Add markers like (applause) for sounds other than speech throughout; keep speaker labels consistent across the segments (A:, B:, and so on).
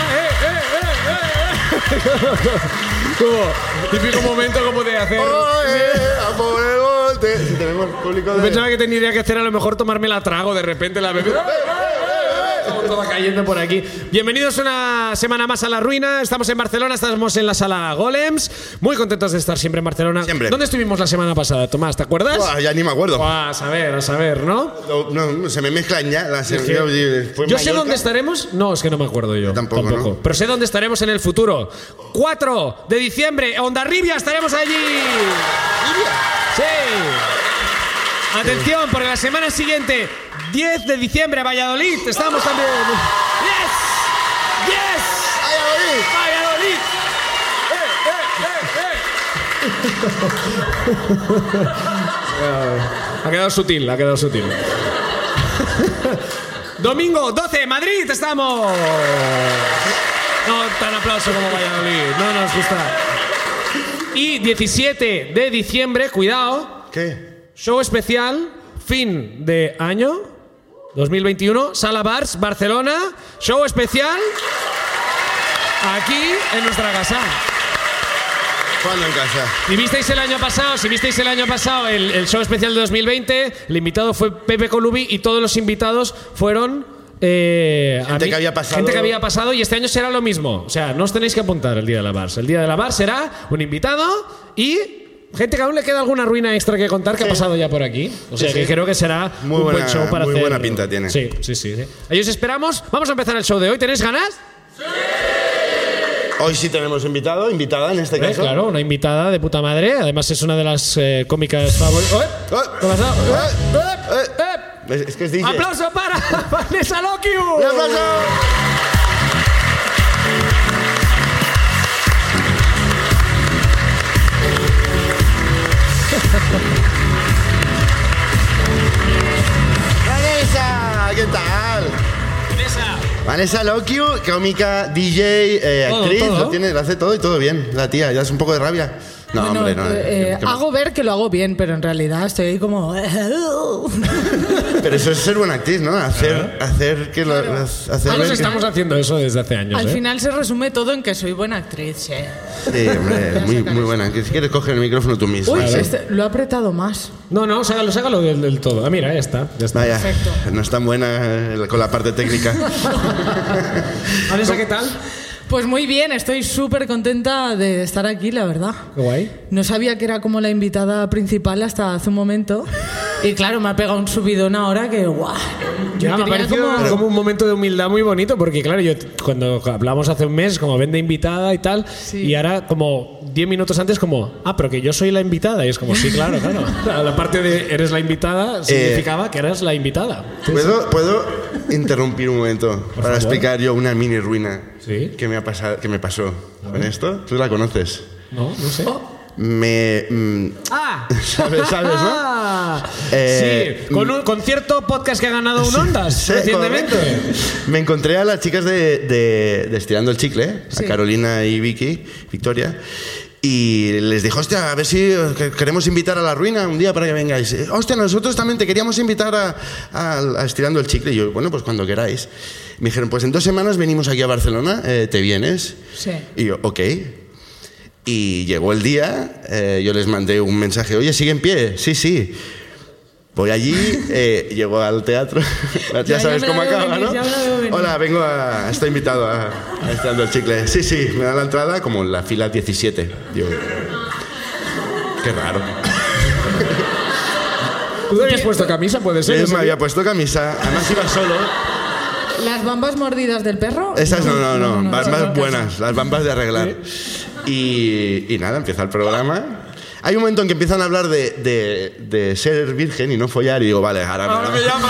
A: ¿eh?
B: Como, típico momento como de hacer.
A: Oh. Oye, a por el volte. Si tenemos público de.
B: Pensaba que tendría que hacer a lo mejor tomarme la trago de repente la bebida. Estamos todos cayendo por aquí. Bienvenidos una semana más a La Ruina. Estamos en Barcelona, estamos en la sala Golems. Muy contentos de estar siempre en Barcelona.
A: Siempre.
B: ¿Dónde estuvimos la semana pasada, Tomás? ¿Te acuerdas?
A: Buah, Ah, ya ni me acuerdo.
B: Buah, a saber, a saber, ¿no?
A: No, no, se me mezclan ya las.
B: que-
A: yo- yo- fue en
B: Yo sé
A: Mallorca.
B: dónde estaremos. No, es que no me acuerdo yo.
A: tampoco, ¿no?
B: Pero sé dónde estaremos en el futuro. 4 de diciembre, Ondarribia, estaremos allí. Sí. Atención, porque la semana siguiente, 10 de diciembre, Valladolid, estamos también. ¡Yes! ¡Yes!
A: ¡Ay, Adorí!
B: ¡Valladolid! Ha quedado sutil, ha quedado sutil. Domingo 12, Madrid, estamos. No tan aplauso como Valladolid, no nos gusta. Y 17 de diciembre, cuidado,
A: ¿Qué?
B: show especial, fin de año 2021, Sala Bars, Barcelona, show especial aquí en nuestra casa.
A: ¿Cuándo en casa?
B: Si visteis el año pasado, si visteis el año pasado el, el show especial de 2020, el invitado fue Pepe Colubi y todos los invitados fueron eh,
A: Gente
B: ami-
A: que había pasado.
B: gente que había pasado y este año será lo mismo. O sea, no os tenéis que apuntar el día de la Bars. El día de la Bars será un invitado y gente que aún le queda alguna ruina extra que contar que ha pasado ya por aquí. O sea,
A: Sí, sí.
B: que creo que será
A: Muy
B: un
A: buena-
B: buen show para
A: muy
B: hacer.
A: buena pinta tiene.
B: Sí, sí, sí, sí. Ahí os esperamos. Vamos a empezar el show de hoy. ¿Tenéis ganas?
A: Hoy sí tenemos invitado, invitada en este
B: Eh,
A: caso.
B: claro, una invitada de puta madre. Además es una de las eh, cómicas favoritas.
A: Eh,
B: ¿Qué ha pasado?
A: eh, eh,
B: ¡Eh!
A: eh. Es es que es DJ.
B: ¡Aplauso para (laughs) Vanessa Lokiu!
A: ¡Un aplauso! Vanessa, ¿Qué tal?
B: Vanessa.
A: Vanessa Lokiu, cómica, DJ, eh,
B: Todo,
A: actriz,
B: todo.
A: Lo, tiene, lo hace todo y todo bien. La tía, ya es un poco de rabia. No,
C: Bueno,
A: hombre, no.
C: eh,
A: eh, que-
C: hago ver que lo hago bien, pero en realidad estoy ahí como.
A: Pero eso es ser buena actriz, ¿no? Hacer, hacer que lo. Hacer
B: Todos
A: ver que-
B: Ah, estamos haciendo eso desde hace años.
C: Al
B: ¿eh?
C: final se resume todo en que soy buena actriz, sí.
A: Sí, hombre, es muy, muy buena. Que si quieres coger el micrófono tú mismo.
C: Uy, este- lo he apretado más.
B: No, no, ságalo, ságalo del, del todo. Ah, mira, ya está. Ya está.
A: Vaya,
C: Perfecto.
A: no es tan buena eh, con la parte técnica.
B: Vanessa, ¿qué tal?
C: Pues muy bien, estoy súper contenta de estar aquí, la verdad.
B: Qué guay.
C: No sabía que era como la invitada principal hasta hace un momento. Y claro, me ha pegado un subidón ahora que, guau.
B: Ya, me ha
C: tenía
B: parecido
C: como-
B: como... un momento de humildad muy bonito, porque claro, yo t- cuando hablamos hace un mes, como vende invitada y tal, y ahora como 10 minutos antes, como, ah, pero que yo soy la invitada. Y es como, sí, claro, (laughs) claro. La parte de eres la invitada significaba que eras la invitada.
A: ¿Puedo, ¿Puedo interrumpir un momento para
B: favor.
A: explicar yo una mini ruina
B: Sí.
A: que, me ha pasado, que me pasó con esto? Tú la conoces.
B: No, no sé.
A: Me. mm,
B: Oh. (laughs) ¡Ah!
A: ¿Sabes, sabes, no?
B: Ah,
A: Eh,
B: sí, con, un, con cierto podcast que ha ganado un Ondas
A: Sí,
B: recientemente.
A: correcto. Me encontré a las chicas de, de- de Estirando el Chicle, a Carolina y Vicky, Victoria, y les dije, hostia, a ver si os que- queremos invitar a la ruina un día para que vengáis. Eh, Hostia, nosotros también te queríamos invitar a, a- a Estirando el Chicle. Y yo, bueno, pues cuando queráis. Me dijeron, pues en dos semanas venimos aquí a Barcelona, eh, ¿te vienes?
C: Sí.
A: Y yo, ok. Y llegó el día, eh, yo les mandé un mensaje, oye, ¿sigue en pie? Sí, sí. Voy allí, eh, llego al
C: (laughs)
A: teatro, ya,
C: Ya, ya
A: sabes
C: me la
A: cómo
C: veo
A: acaba,
C: venir,
A: ¿no?
C: ya me la veo venir.
A: Hola, vengo a... estoy invitado a, a Estirando el Chicle. Sí, sí, me dan la entrada como en la fila 17. Digo, qué raro.
B: ¿Tú te habías puesto camisa? Puede
A: Yo
B: ser.
A: me había puesto camisa, además iba solo.
C: ¿Las bambas mordidas del perro?
A: Esas no, no, no, las
C: son
A: más
C: rocas.
A: buenas, las bambas de arreglar. Y, y nada, empieza el programa. Hay un momento en que empiezan a hablar de, de- de ser virgen y no follar y digo, vale, ahora me,
B: Ahora me llaman.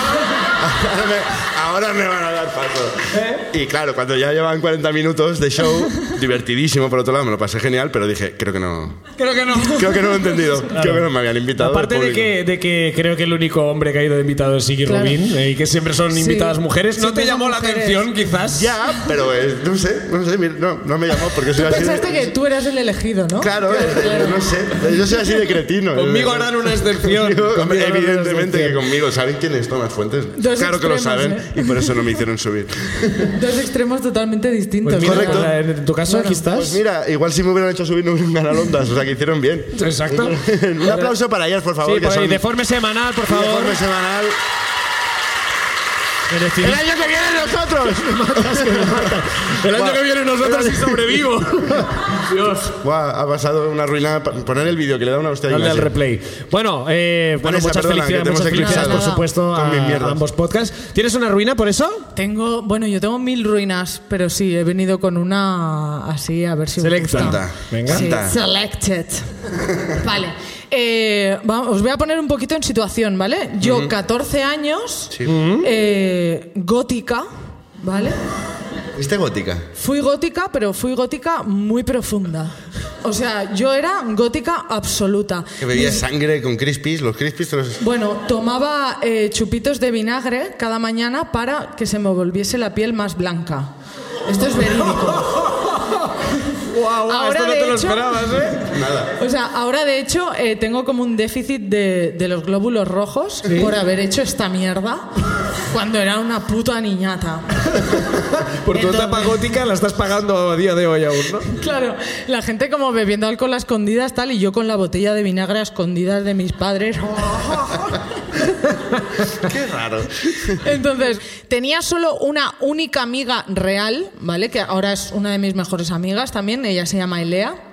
A: ahora me- ahora me van a dar paso.
B: ¿Eh?
A: Y claro, cuando ya llevan 40 minutos de show, divertidísimo por otro lado, me lo pasé genial, pero dije, creo que no,
B: Creo que no.
A: creo que no lo he
B: (laughs)
A: entendido, creo que no me habían invitado.
B: Aparte
A: el
B: de
A: público.
B: que, de que creo que el único hombre que ha ido de invitado es Siggy
C: Claro.
B: Rubin eh, y que siempre son invitadas mujeres, ¿no
C: Siempre
B: te
C: son
B: llamó la
C: mujeres.
B: atención quizás?
A: Ya, pero eh, no sé, no sé, mir- no, no me llamó porque soy así. de-
C: Pensaste que tú eras el elegido, ¿no?
A: Claro, eh, no sé, yo soy así de cretino.
B: Conmigo harán una excepción.
A: Yo,
B: Conmigo harán una
A: evidentemente que
B: excepción.
A: conmigo. ¿Saben quién es Tomás Fuentes?
C: Dos
A: claro que lo
C: extremos,
A: saben
C: ¿eh?
A: y por eso no me hicieron
B: (laughs)
A: su subir.
C: Dos extremos totalmente distintos.
B: Pues mira,
A: Correcto.
B: la- En tu caso,
C: Claro.
B: aquí estás.
A: Pues mira, igual si me hubieran hecho subir no hubieran ganado ondas, o sea que hicieron bien.
B: Exacto.
A: (laughs) Un aplauso para ellas, por favor.
B: sí,
A: que
B: por ahí,
A: son-
B: de forma semanal, por
A: de
B: favor.
A: forma semanal.
B: Me decidí-
A: ¡El año que viene
B: (laughs)
A: nosotros!
B: El año
A: Buah.
B: que viene nosotros sí sobrevivo.
A: (laughs)
B: Dios.
A: Buah, ha pasado una ruina. Pa- Poner el vídeo que le da una hostia a
B: Dale al
A: Ignacio.
B: replay. Bueno, eh, bueno
A: Vanessa,
B: muchas
A: perdona, que
B: felicidades,
A: te hemos
B: muchas felicidades,
A: eclipsado
B: por supuesto,
A: con mis
B: a,
A: mierdas.
B: a ambos podcasts. ¿Tienes una ruina por eso?
C: Tengo, bueno, yo tengo mil ruinas, pero sí, he venido con una así a ver si os
B: Selecta.
C: gusta.
A: Canta.
B: Me encanta.
C: Sí,
A: Canta.
C: selected. (laughs) vale. Eh, va- os voy a poner un poquito en situación, ¿vale? Yo, 14 años,
A: Sí.
C: eh, gótica, ¿vale?
A: ¿Viste gótica?
C: Fui gótica, pero fui gótica muy profunda. O sea, yo era gótica absoluta.
A: Que bebía sangre con crispies. Los crispies te los...
C: Bueno, tomaba eh, chupitos de vinagre cada mañana para que se me volviese la piel más blanca. Esto es verídico. Ahora, esto no de te lo hecho- esperabas,
B: ¿eh?
A: Nada.
C: O sea, ahora de hecho eh, tengo como un déficit de, de los glóbulos rojos por haber hecho esta mierda cuando era una puta niñata.
B: Por tu
C: Entonces-
B: etapa gótica la estás pagando a día de hoy aún, ¿no?
C: Claro, la gente como bebiendo alcohol a escondidas tal y yo con la botella de vinagre a escondidas de mis padres.
A: (laughs) Qué raro.
C: Entonces, tenía solo una única amiga real, ¿vale? Que ahora es una de mis mejores amigas también, ella se llama Elea.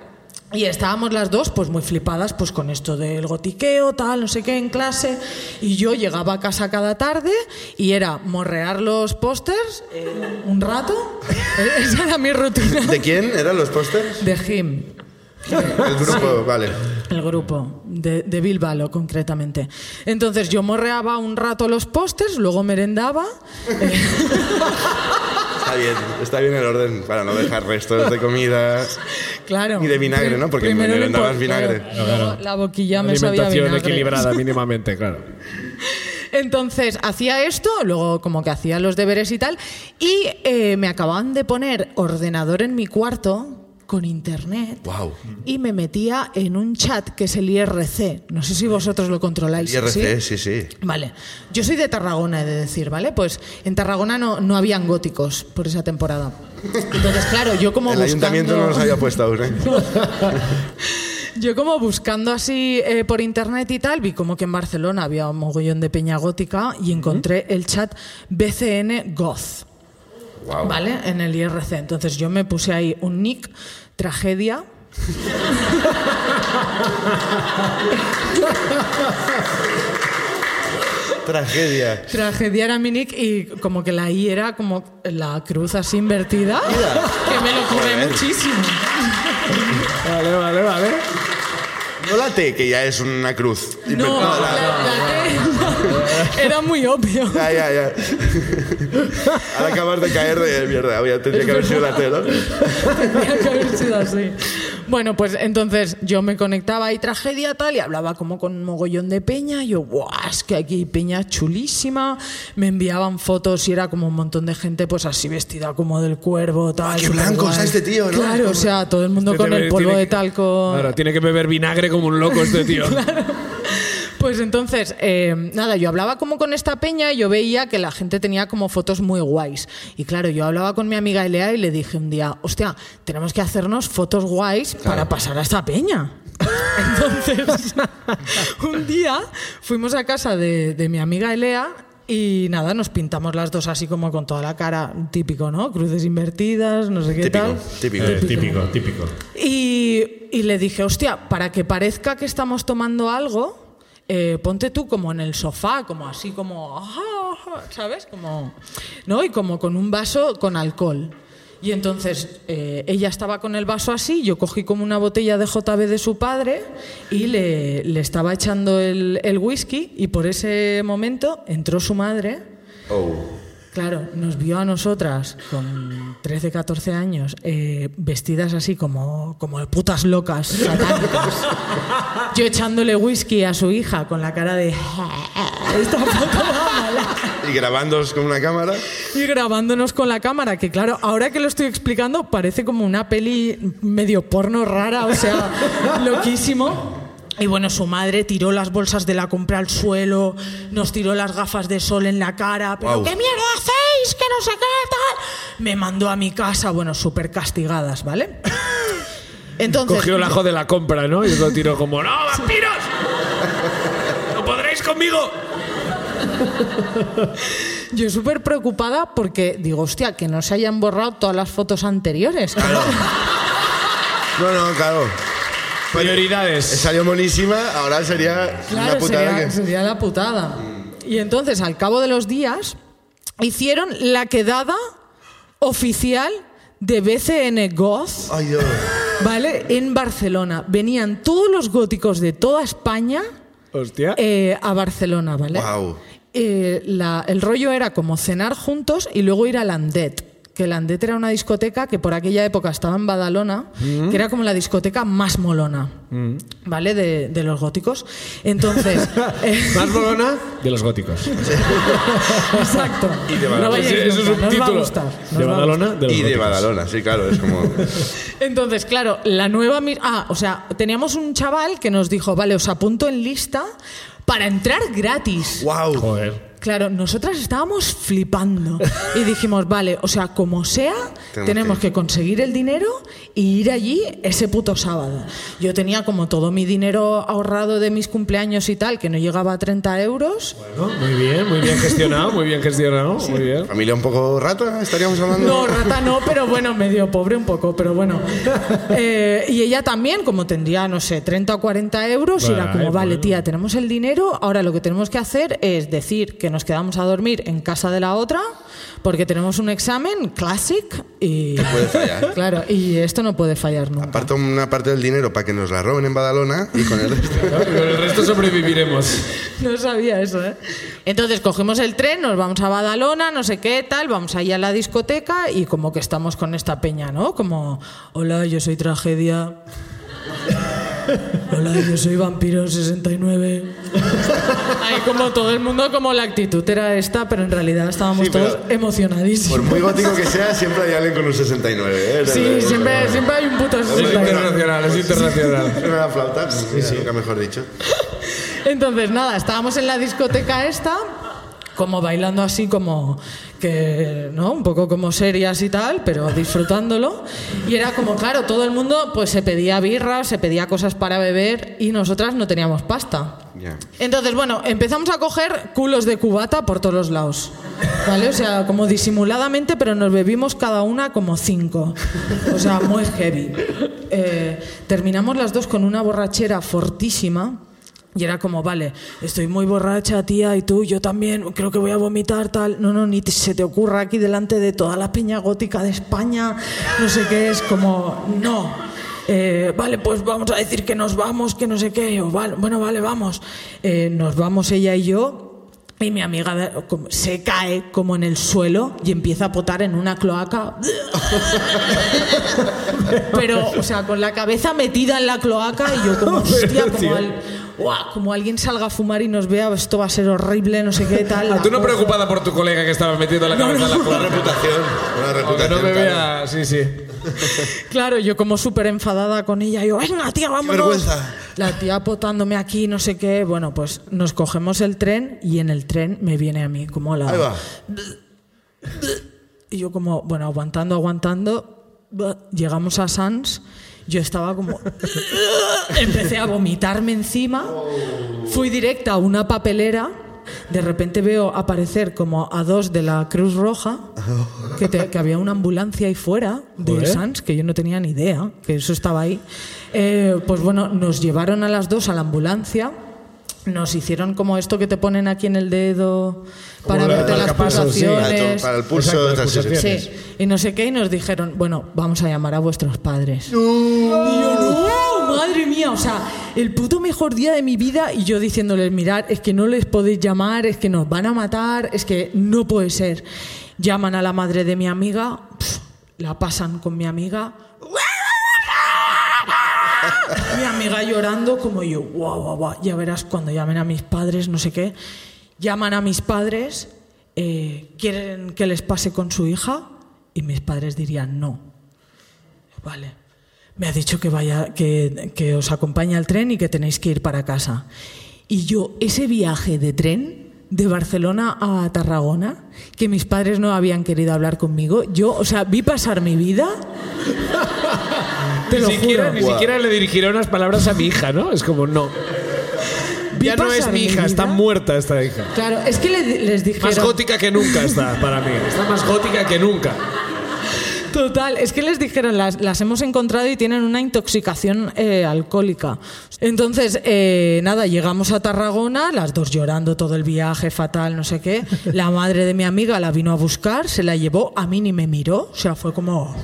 C: Y estábamos las dos pues muy flipadas pues con esto del gotiqueo, tal, no sé qué, en clase. Y yo llegaba a casa cada tarde y era morrear los pósters eh, un rato. E-, Esa era mi rutina
A: ¿De quién eran los pósters?
C: de gym.
A: El grupo, vale.
C: El grupo de, de Bilbao, concretamente. Entonces yo morreaba un rato los pósters, luego merendaba.
A: Está bien, está bien el orden para no dejar restos de comida.
C: Claro.
A: Y de vinagre,
C: Pri-
A: ¿no? Porque
C: primero
A: me
C: lo
A: merendabas
C: impor-
A: vinagre.
C: claro. La boquilla me sabía a
B: Alimentación
C: vinagre.
B: equilibrada mínimamente, claro.
C: (laughs) Entonces hacía esto, luego como que hacía los deberes y tal, y eh, me acababan de poner ordenador en mi cuarto con internet
A: Wow.
C: y me metía en un chat que es el IRC. No sé si vosotros lo controláis.
A: IRC, sí, sí.
C: Vale, yo soy de Tarragona, he de decir, ¿vale? Pues en Tarragona no, no habían góticos por esa temporada. Entonces, claro, yo como
A: El ayuntamiento no
C: buscando-
A: nos había puesto aún,
B: (laughs)
A: ¿eh?
C: Yo como buscando así eh, por internet y tal, vi como que en Barcelona había un mogollón de peña gótica y encontré el chat BCN Goth,
A: Wow.
C: ¿vale? En el IRC. Entonces yo me puse ahí un nick, tragedia.
A: Tragedia.
C: Tragedia era mi nick y como que la I era como la cruz así invertida. (laughs) Que me lo curré
A: Joder.
C: muchísimo.
B: Vale, vale, vale.
A: No la T, que ya es una cruz.
C: No,
A: No,
C: la-
A: la-
C: la- era muy obvio.
A: Ya, ya,
C: (laughs)
A: ya. Ahora acabas de caer de mierda. Había, tendría que haber sido la T, ¿no?
C: Tenía que haber sido así. Bueno, pues entonces yo me conectaba y tragedia tal y hablaba como con un mogollón de peña. Y yo, guau, es que aquí hay peña chulísima. Me enviaban fotos y era como un montón de gente, pues así vestida como del cuervo, tal.
A: Ah, qué
C: superguay.
A: blanco está este tío, ¿no?
C: Claro, o sea, todo el mundo con
B: Tiene-
C: el polvo
B: Este tiene
C: de
B: que-
C: talco.
B: Claro, tiene que beber vinagre como un loco este
C: (laughs)
B: tío.
C: Pues entonces, eh, nada, yo hablaba como con esta peña y yo veía que la gente tenía como fotos muy guays. Y claro, yo hablaba con mi amiga Elea y le dije un día, hostia, tenemos que hacernos fotos guays para pasar a esta peña. (laughs) Entonces, un día fuimos a casa de, de mi amiga Elea y nada, nos pintamos las dos así como con toda la cara, típico, ¿no? Cruces invertidas, no sé qué
A: Típico,
C: tal.
A: típico.
B: Eh, típico, típico.
C: Y, y le dije, hostia, para que parezca que estamos tomando algo, eh, ponte tú como en el sofá, como así, como, "Ajá, ajá", ¿sabes? Como, ¿no? Y como con un vaso con alcohol. Y entonces eh, ella estaba con el vaso así, yo cogí como una botella de JB de su padre y le, le estaba echando el, el whisky y por ese momento entró su madre.
A: Oh.
C: Claro, nos vio a nosotras con 13, 14 años eh, vestidas así como, como de putas locas satánicas. Yo echándole whisky a su hija con la cara de. Esta foto va a molar".
A: Y grabándos con una cámara.
C: Y grabándonos con la cámara, que claro, ahora que lo estoy explicando, parece como una peli medio porno rara,
B: (laughs)
C: o sea, loquísimo. Y bueno, su madre tiró las bolsas de la compra al suelo, nos tiró las gafas de sol en la cara. ¿Pero
A: Guau.
C: qué mierda hacéis? tenéis que no sé qué, tal. Me mandó a mi casa, bueno, súper castigadas,
B: (laughs)
C: ¿vale? Entonces.
B: Cogió el ajo de la compra, ¿no? Y lo tiró como, ¡No, vampiros!
C: (laughs)
B: ¡No podréis conmigo!
C: Yo súper preocupada porque digo, hostia, que no se hayan borrado todas las fotos anteriores.
A: No, no, claro.
B: Prioridades.
A: Salió monísima, ahora sería una
C: Claro,
A: putada
C: sería,
A: que- Mm.
C: sería la putada. Y entonces, al cabo de los días, hicieron la quedada oficial de BCN Goth,
A: Ay, Dios.
C: ¿vale? En Barcelona. Venían todos los góticos de toda España
B: Hostia.
C: eh, a Barcelona, ¿vale?
A: Guau.
C: Eh, la- el rollo era como cenar juntos y luego ir al Andet. Que el Andet era una discoteca que por aquella época estaba en Badalona,
B: Mm.
C: que era como la discoteca más molona, ¿vale? De, de los góticos.
B: (laughs)
C: Entonces. eh,
B: Más bolona de los góticos.
C: Exacto. No vayáis
B: Ese- ese es
C: nunca,
B: un
C: nos va a
B: título.
C: gustar, nos
B: De
C: va a
B: Badalona de los
A: Y de
B: góticos.
A: Badalona, sí, claro, es como.
C: Entonces, claro, la nueva... mi- Ah, o sea, teníamos un chaval que nos dijo, vale, os apunto en lista para entrar gratis.
A: ¡Wow!
B: Joder.
C: Claro, nosotras estábamos flipando y dijimos, vale, o sea, como sea,
A: Tenemos
C: tenemos,
A: que
C: que... conseguir el dinero y ir allí ese puto sábado. Yo tenía como todo mi dinero ahorrado de mis cumpleaños y tal, que no llegaba a 30 euros.
B: Bueno, muy bien, muy bien gestionado, muy bien gestionado, muy bien.
A: ¿Familia un poco rata? Estaríamos hablando.
C: No, rata no, pero bueno, medio pobre un poco,
A: (laughs)
C: pero bueno. Eh, y ella también, como tendría, no sé, 30 o 40 euros, y
B: Vale,
C: era como, vale,
B: bueno.
C: tía, tenemos el dinero, ahora lo que tenemos que hacer es decir que nos quedamos a dormir en casa de la otra, porque tenemos un examen classic y...
A: Puede fallar.
C: (laughs) Claro, y esto no puede fallar nunca.
A: Aparto una parte del dinero para que nos la roben en Badalona y con el resto.
B: Con el resto sobreviviremos.
C: (laughs) No sabía eso, ¿eh? Entonces cogemos el tren, nos vamos a Badalona, no sé qué tal, vamos allá a la discoteca y como que estamos con esta peña, ¿no? Como, hola, yo soy tragedia. (laughs) Hola, yo soy vampiro 69. (laughs) Ahí como todo el mundo, como la actitud era esta, pero en realidad estábamos
A: Sí, pero-
C: todos emocionadísimos.
A: Por
C: (laughs)
A: muy gótico que sea, siempre hay alguien con un 69, ¿eh?
C: Sí, siempre, siempre hay un puto
B: Es
C: 69.
B: internacional, es internacional.
A: Una flauta, sí, sí. nunca mejor dicho.
C: Entonces, nada, estábamos en la discoteca esta, como bailando así, como que, ¿no? Un poco como serias y tal, pero disfrutándolo. Y era como, claro, todo el mundo pues se pedía birra, se pedía cosas para beber y nosotras no teníamos pasta.
A: Ya.
C: Entonces, bueno, empezamos a coger culos de cubata por todos los lados. ¿Vale? O sea, como disimuladamente, pero nos bebimos cada una como cinco. O sea, muy heavy. Eh, terminamos las dos con una borrachera fortísima. Y era como, vale, estoy muy borracha, tía, y tú, yo también, creo que voy a vomitar, tal. No, no, ni te- se te ocurra aquí delante de toda la peña gótica de España, no sé qué es, como, no. Eh, vale, pues vamos a decir que nos vamos, que no sé qué. Yo, vale, bueno, vale, vamos. Eh, nos vamos ella y yo. Y mi amiga de- como- se cae como en el suelo y empieza a potar en una cloaca. (laughs) Pero, o sea, con la cabeza metida en la cloaca y yo
B: (laughs)
C: como, hostia, como, al- ¡Guau! como alguien salga a fumar y nos vea, esto va a ser horrible, no sé qué tal. la
B: Ah, Tú no
C: cosa.
B: preocupada por tu colega que estaba metiendo la cabeza en la (laughs)
A: Una
B: cuadra.
A: reputación. Una
B: Que
A: reputación.
B: no me
A: claro.
B: vea, sí, sí.
C: Claro, yo como súper enfadada con ella, yo, venga, tía, vámonos.
A: vergüenza.
C: La tía potándome aquí, no sé qué. Bueno, pues nos cogemos el tren y en el tren me viene a mí como la...
A: Ahí va.
C: Y yo como, bueno, aguantando, aguantando, bah, llegamos a Sans, yo estaba como... (laughs) Empecé a vomitarme encima, fui directa a una papelera, de repente veo aparecer como a dos de la Cruz Roja, que, te- que había una ambulancia ahí fuera de
B: Joder.
C: Sans, que yo no tenía ni idea, que eso estaba ahí. Eh, pues bueno, nos llevaron a las dos a la ambulancia. Nos hicieron como esto que te ponen aquí en el dedo para
B: la-
C: verte
B: el
C: las
B: marcapasos, sí.
A: Para, el
C: pulsaciones.
A: to- para el pulso
B: Exacto,
A: de
B: las
A: transición.
B: pulsaciones.
C: Sí, y no sé qué, y nos dijeron, bueno, vamos a llamar a vuestros padres. Y yo, no, madre mía, o sea, el puto mejor día de mi vida, y yo diciéndoles, mirad, es que no les podéis llamar, es que nos van a matar, es que no puede ser. Llaman a la madre de mi amiga, pf, la pasan con mi amiga. Mi amiga llorando como yo, guau, guau, guau, ya verás cuando llamen a mis padres, no sé qué. Llaman a mis padres, eh, quieren que les pase con su hija y mis padres dirían no. Vale. Me ha dicho que vaya, que, que os acompaña el tren y que tenéis que ir para casa. Y yo ese viaje de tren de Barcelona a Tarragona, que mis padres no habían querido hablar conmigo. Yo, o sea, vi pasar mi
B: (laughs)
C: vida. Te
B: ni
C: lo
B: siquiera,
C: juro.
B: ni siquiera le dirigirá unas palabras a mi hija, ¿no? Es como, no.
C: Vi
B: Ya no es
C: pasar
B: mi hija, está
C: vida.
B: muerta esta hija.
C: Claro, es que le- les dijeron.
B: Más gótica que nunca está para mí. Está más gótica que nunca.
C: Total, es que les dijeron, las, las hemos encontrado y tienen una intoxicación eh, alcohólica. Entonces, eh, nada, llegamos a Tarragona, las dos llorando todo el viaje, fatal, no sé qué. La madre de mi amiga la vino a buscar, se la llevó, a mí ni me miró, o sea, fue como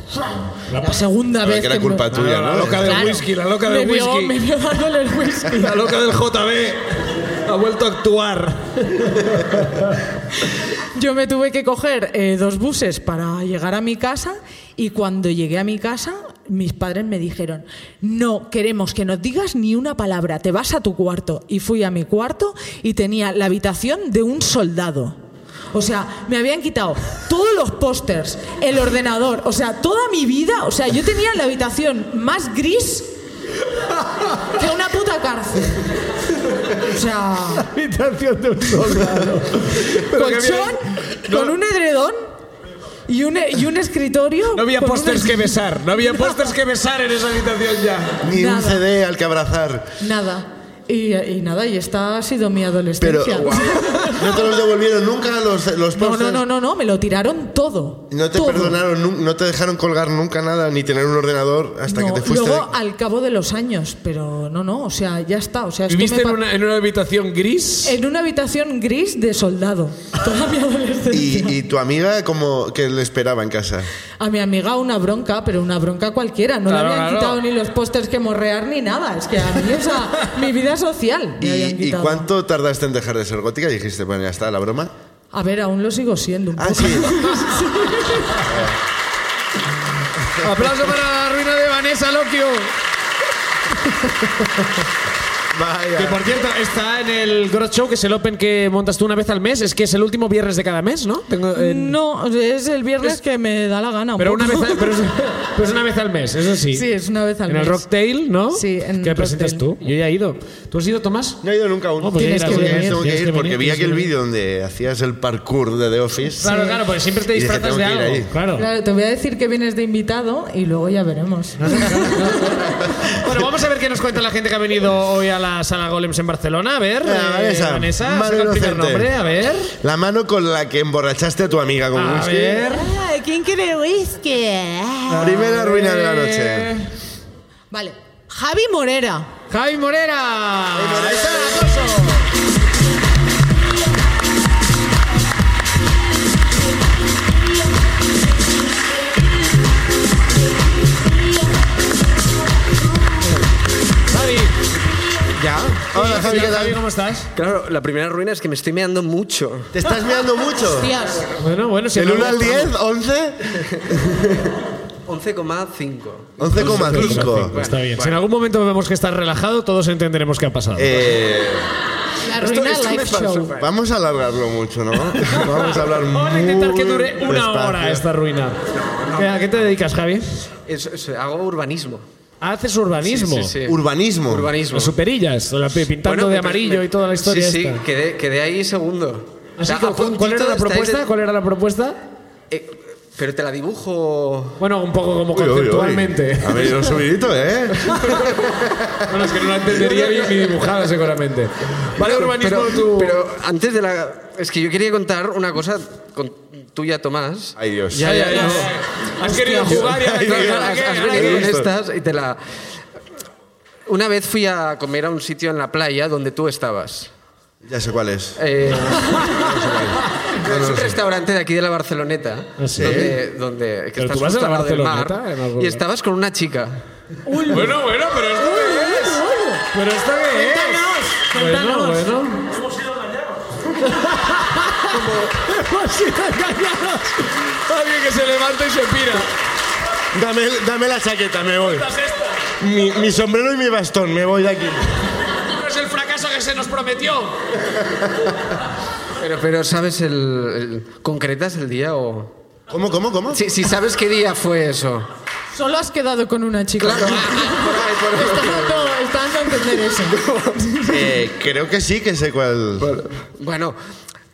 C: la segunda
A: A ver,
C: vez
A: que era
C: me-
A: culpa tuya,
B: La
A: ¿no?
B: loca del whisky, la loca del
C: me vio-
B: whisky.
C: me vio dándole el whisky.
B: La loca del JB ha vuelto a
C: (laughs)
B: actuar.
C: Yo me tuve que coger eh, dos buses para llegar a mi casa y cuando llegué a mi casa mis padres me dijeron, no queremos que nos digas ni una palabra, te vas a tu cuarto. Y fui a mi cuarto y tenía la habitación de un soldado. O sea, me habían quitado todos los pósters, el ordenador, o sea, toda mi vida, o sea, yo tenía la habitación más gris que una puta cárcel. O sea,
B: Habitación de un soldado. Pero que había-
C: colchón con un edredón y un, e-, y un escritorio.
B: No había
C: con
B: pósters
C: una-
B: que besar, no había pósters que besar en esa habitación ya.
A: Ni un
C: Nada.
A: CD al que abrazar.
C: (laughs) Nada. Y, y nada, y esta ha sido mi
A: Pero,
C: adolescencia.
A: guau, no te los devolvieron nunca los, los
C: (laughs) No, no,
A: pósters?
C: no, no, no, me lo tiraron todo.
A: No te
C: todo.
A: perdonaron, nun- no te dejaron colgar nunca nada, ni tener un ordenador hasta
C: No,
A: que te fuiste.
C: luego ah,
A: de-
C: al cabo de los años, pero no, no, o sea, ya está. O sea, esto
B: ¿Viviste
C: me
B: en
C: pa-
B: una, en una habitación gris?
C: en una habitación gris de soldado toda mi (laughs) adolescencia.
A: Y, y tu amiga, como que le esperaba en casa.
C: A mi amiga una bronca, pero una bronca cualquiera. No
B: Claro,
C: le habían
B: claro.
C: quitado ni los pósters que morrear ni nada. Es que a mí, o sea, (laughs) mi vida social me
A: ¿Y,
C: habían
A: y
C: quitado.
A: cuánto tardaste en dejar de ser gótica? Dijiste, bueno, ya está, la broma.
C: A ver, aún lo sigo siendo un
A: Ah,
C: poco.
A: sí.
B: (laughs) Aplauso para la ruina de Vanessa Loquio. Que
A: Vaya.
B: por cierto, está en el Grot Show, que es el Open que montas tú una vez al mes. Es que es el último viernes de cada mes, ¿no? Tengo, eh,
C: No, es el viernes que me da la gana. un
B: pero una vez,
C: poco.
B: al, pero es,
C: (laughs)
B: pero es una vez al mes, eso sí.
C: Sí, es una vez al
B: en
C: mes.
B: el Rocktail, ¿no?
C: Sí, en
B: ¿Qué presentas tú?
C: Rocktail.
B: Yo ya he ido. ¿Tú has ido, Tomás?
A: No he ido nunca a uno.
B: Oh, pues
C: Tienes
B: ya
C: que
B: irás,
C: venir.
B: ya irás,
A: tengo que
B: tienes
A: ir porque
B: venir,
A: vi
B: tienes que
A: aquel
B: venir.
A: vídeo donde hacías el parkour de The Office.
B: Claro, claro, porque siempre te
A: Y dije,
B: disfrazas
A: tengo
B: de
A: que ir
B: algo.
A: ahí.
B: Claro.
C: Claro, te voy a decir que vienes de invitado y luego ya (laughs) veremos.
B: Bueno, vamos a ver qué nos cuenta la gente que ha venido hoy a la sala Golems en Barcelona. A ver,
A: Ah,
B: eh,
A: Vanessa.
B: Vanessa,
A: Mano
B: saca el primer
A: inocente.
B: nombre, a ver.
A: La mano con la que emborrachaste a tu amiga con
B: A
A: whisky.
B: ver.
D: Ah, ¿Quién quiere whisky? Ah.
A: Primera ruina de la
B: Eh,
A: noche.
C: Vale. Javi Morera.
B: Javi Morera.
A: Morera.
B: Ahí está el aplauso. Javi.
E: Ya.
A: Hola, Javi, ¿qué
B: Javi,
A: tal?
B: ¿cómo estás?
E: Claro, la primera ruina es que me estoy meando mucho.
A: ¿Te estás mirando mucho?
C: Tías.
B: Bueno, bueno, si
A: ¿Del
B: no-
A: 1 al 10? ¿11?
E: 11,5.
A: 11,5.
B: Está bien. Si en algún momento vemos que estás relajado, todos entenderemos qué ha pasado.
A: Eh,
C: La ruina
E: esto me
C: live
E: pasó,
C: show.
E: pa-
A: vamos a alargarlo mucho,
B: (laughs)
A: ¿no? Vamos a hablar mucho.
B: Vamos a intentar que dure una hora esta ruina. Eh, ¿A qué te dedicas, Javi?
E: Es- es- hago urbanismo.
B: Haces urbanismo.
E: Sí, sí, sí.
A: Urbanismo.
E: Urbanismo.
B: Las superillas, o la- pintando
E: Bueno,
B: de
E: me-
B: amarillo
E: me-
B: y toda la historia
E: Sí, sí,
B: esta.
E: quedé, quedé ahí segundo.
B: Así
E: O sea,
B: que,
E: a
B: ¿cu- ¿cuál era la
E: puntito
B: propuesta?
E: estáis de-
B: ¿Cuál era la propuesta?
E: Eh, pero te la dibujo...
B: Bueno, un poco como
A: Uy, Ah. uy, uy.
B: conceptualmente.
A: Ha venido subidito, ¿eh?
B: Bueno, es que no la entendería bien ni dibujada seguramente. Vale, urbanismo
E: pero,
B: tú.
E: pero antes de la... Es que yo quería contar una cosa con tuya, Tomás.
A: Ay, Dios.
B: Ya, ya,
E: ya,
B: ya. Has querido jugar y ahora
A: Ay,
E: No,
B: qué,
E: no,
B: ahora
E: has,
B: qué,
E: has
B: ahora
E: venido
B: qué.
E: con estas y te la... Una vez fui a comer a un sitio en la playa donde tú estabas.
A: Ya sé cuál es.
E: Eh,
A: No, no
E: es un
A: sé.
E: restaurante de aquí de la Barceloneta.
B: ¿Ah, sí?
E: Donde, donde- que
B: Pero
E: estás
B: tú vas a la
E: justo al lado del
B: Barceloneta, en algún
E: y
B: lugar.
E: estabas con una chica.
B: Bueno, bueno, pero esto qué es. Pero esto qué es. Bueno,
C: cuéntanos.
B: bueno. (laughs) Hemos sido engañados. Alguien que se levanta y se pira.
A: Dame, dame la chaqueta, me voy. Mi, mi sombrero y mi bastón, me voy de aquí.
B: No es el fracaso que se nos prometió.
E: Pero, pero ¿sabes el, el- ¿Concretas el día o...?
A: ¿Cómo, cómo, cómo?
E: Si, si sabes qué día fue eso.
C: Solo has quedado con una chica.
E: (laughs)
C: Está dando, está dando a entender eso.
A: Eh, creo que sí que sé cuál.
E: Bueno,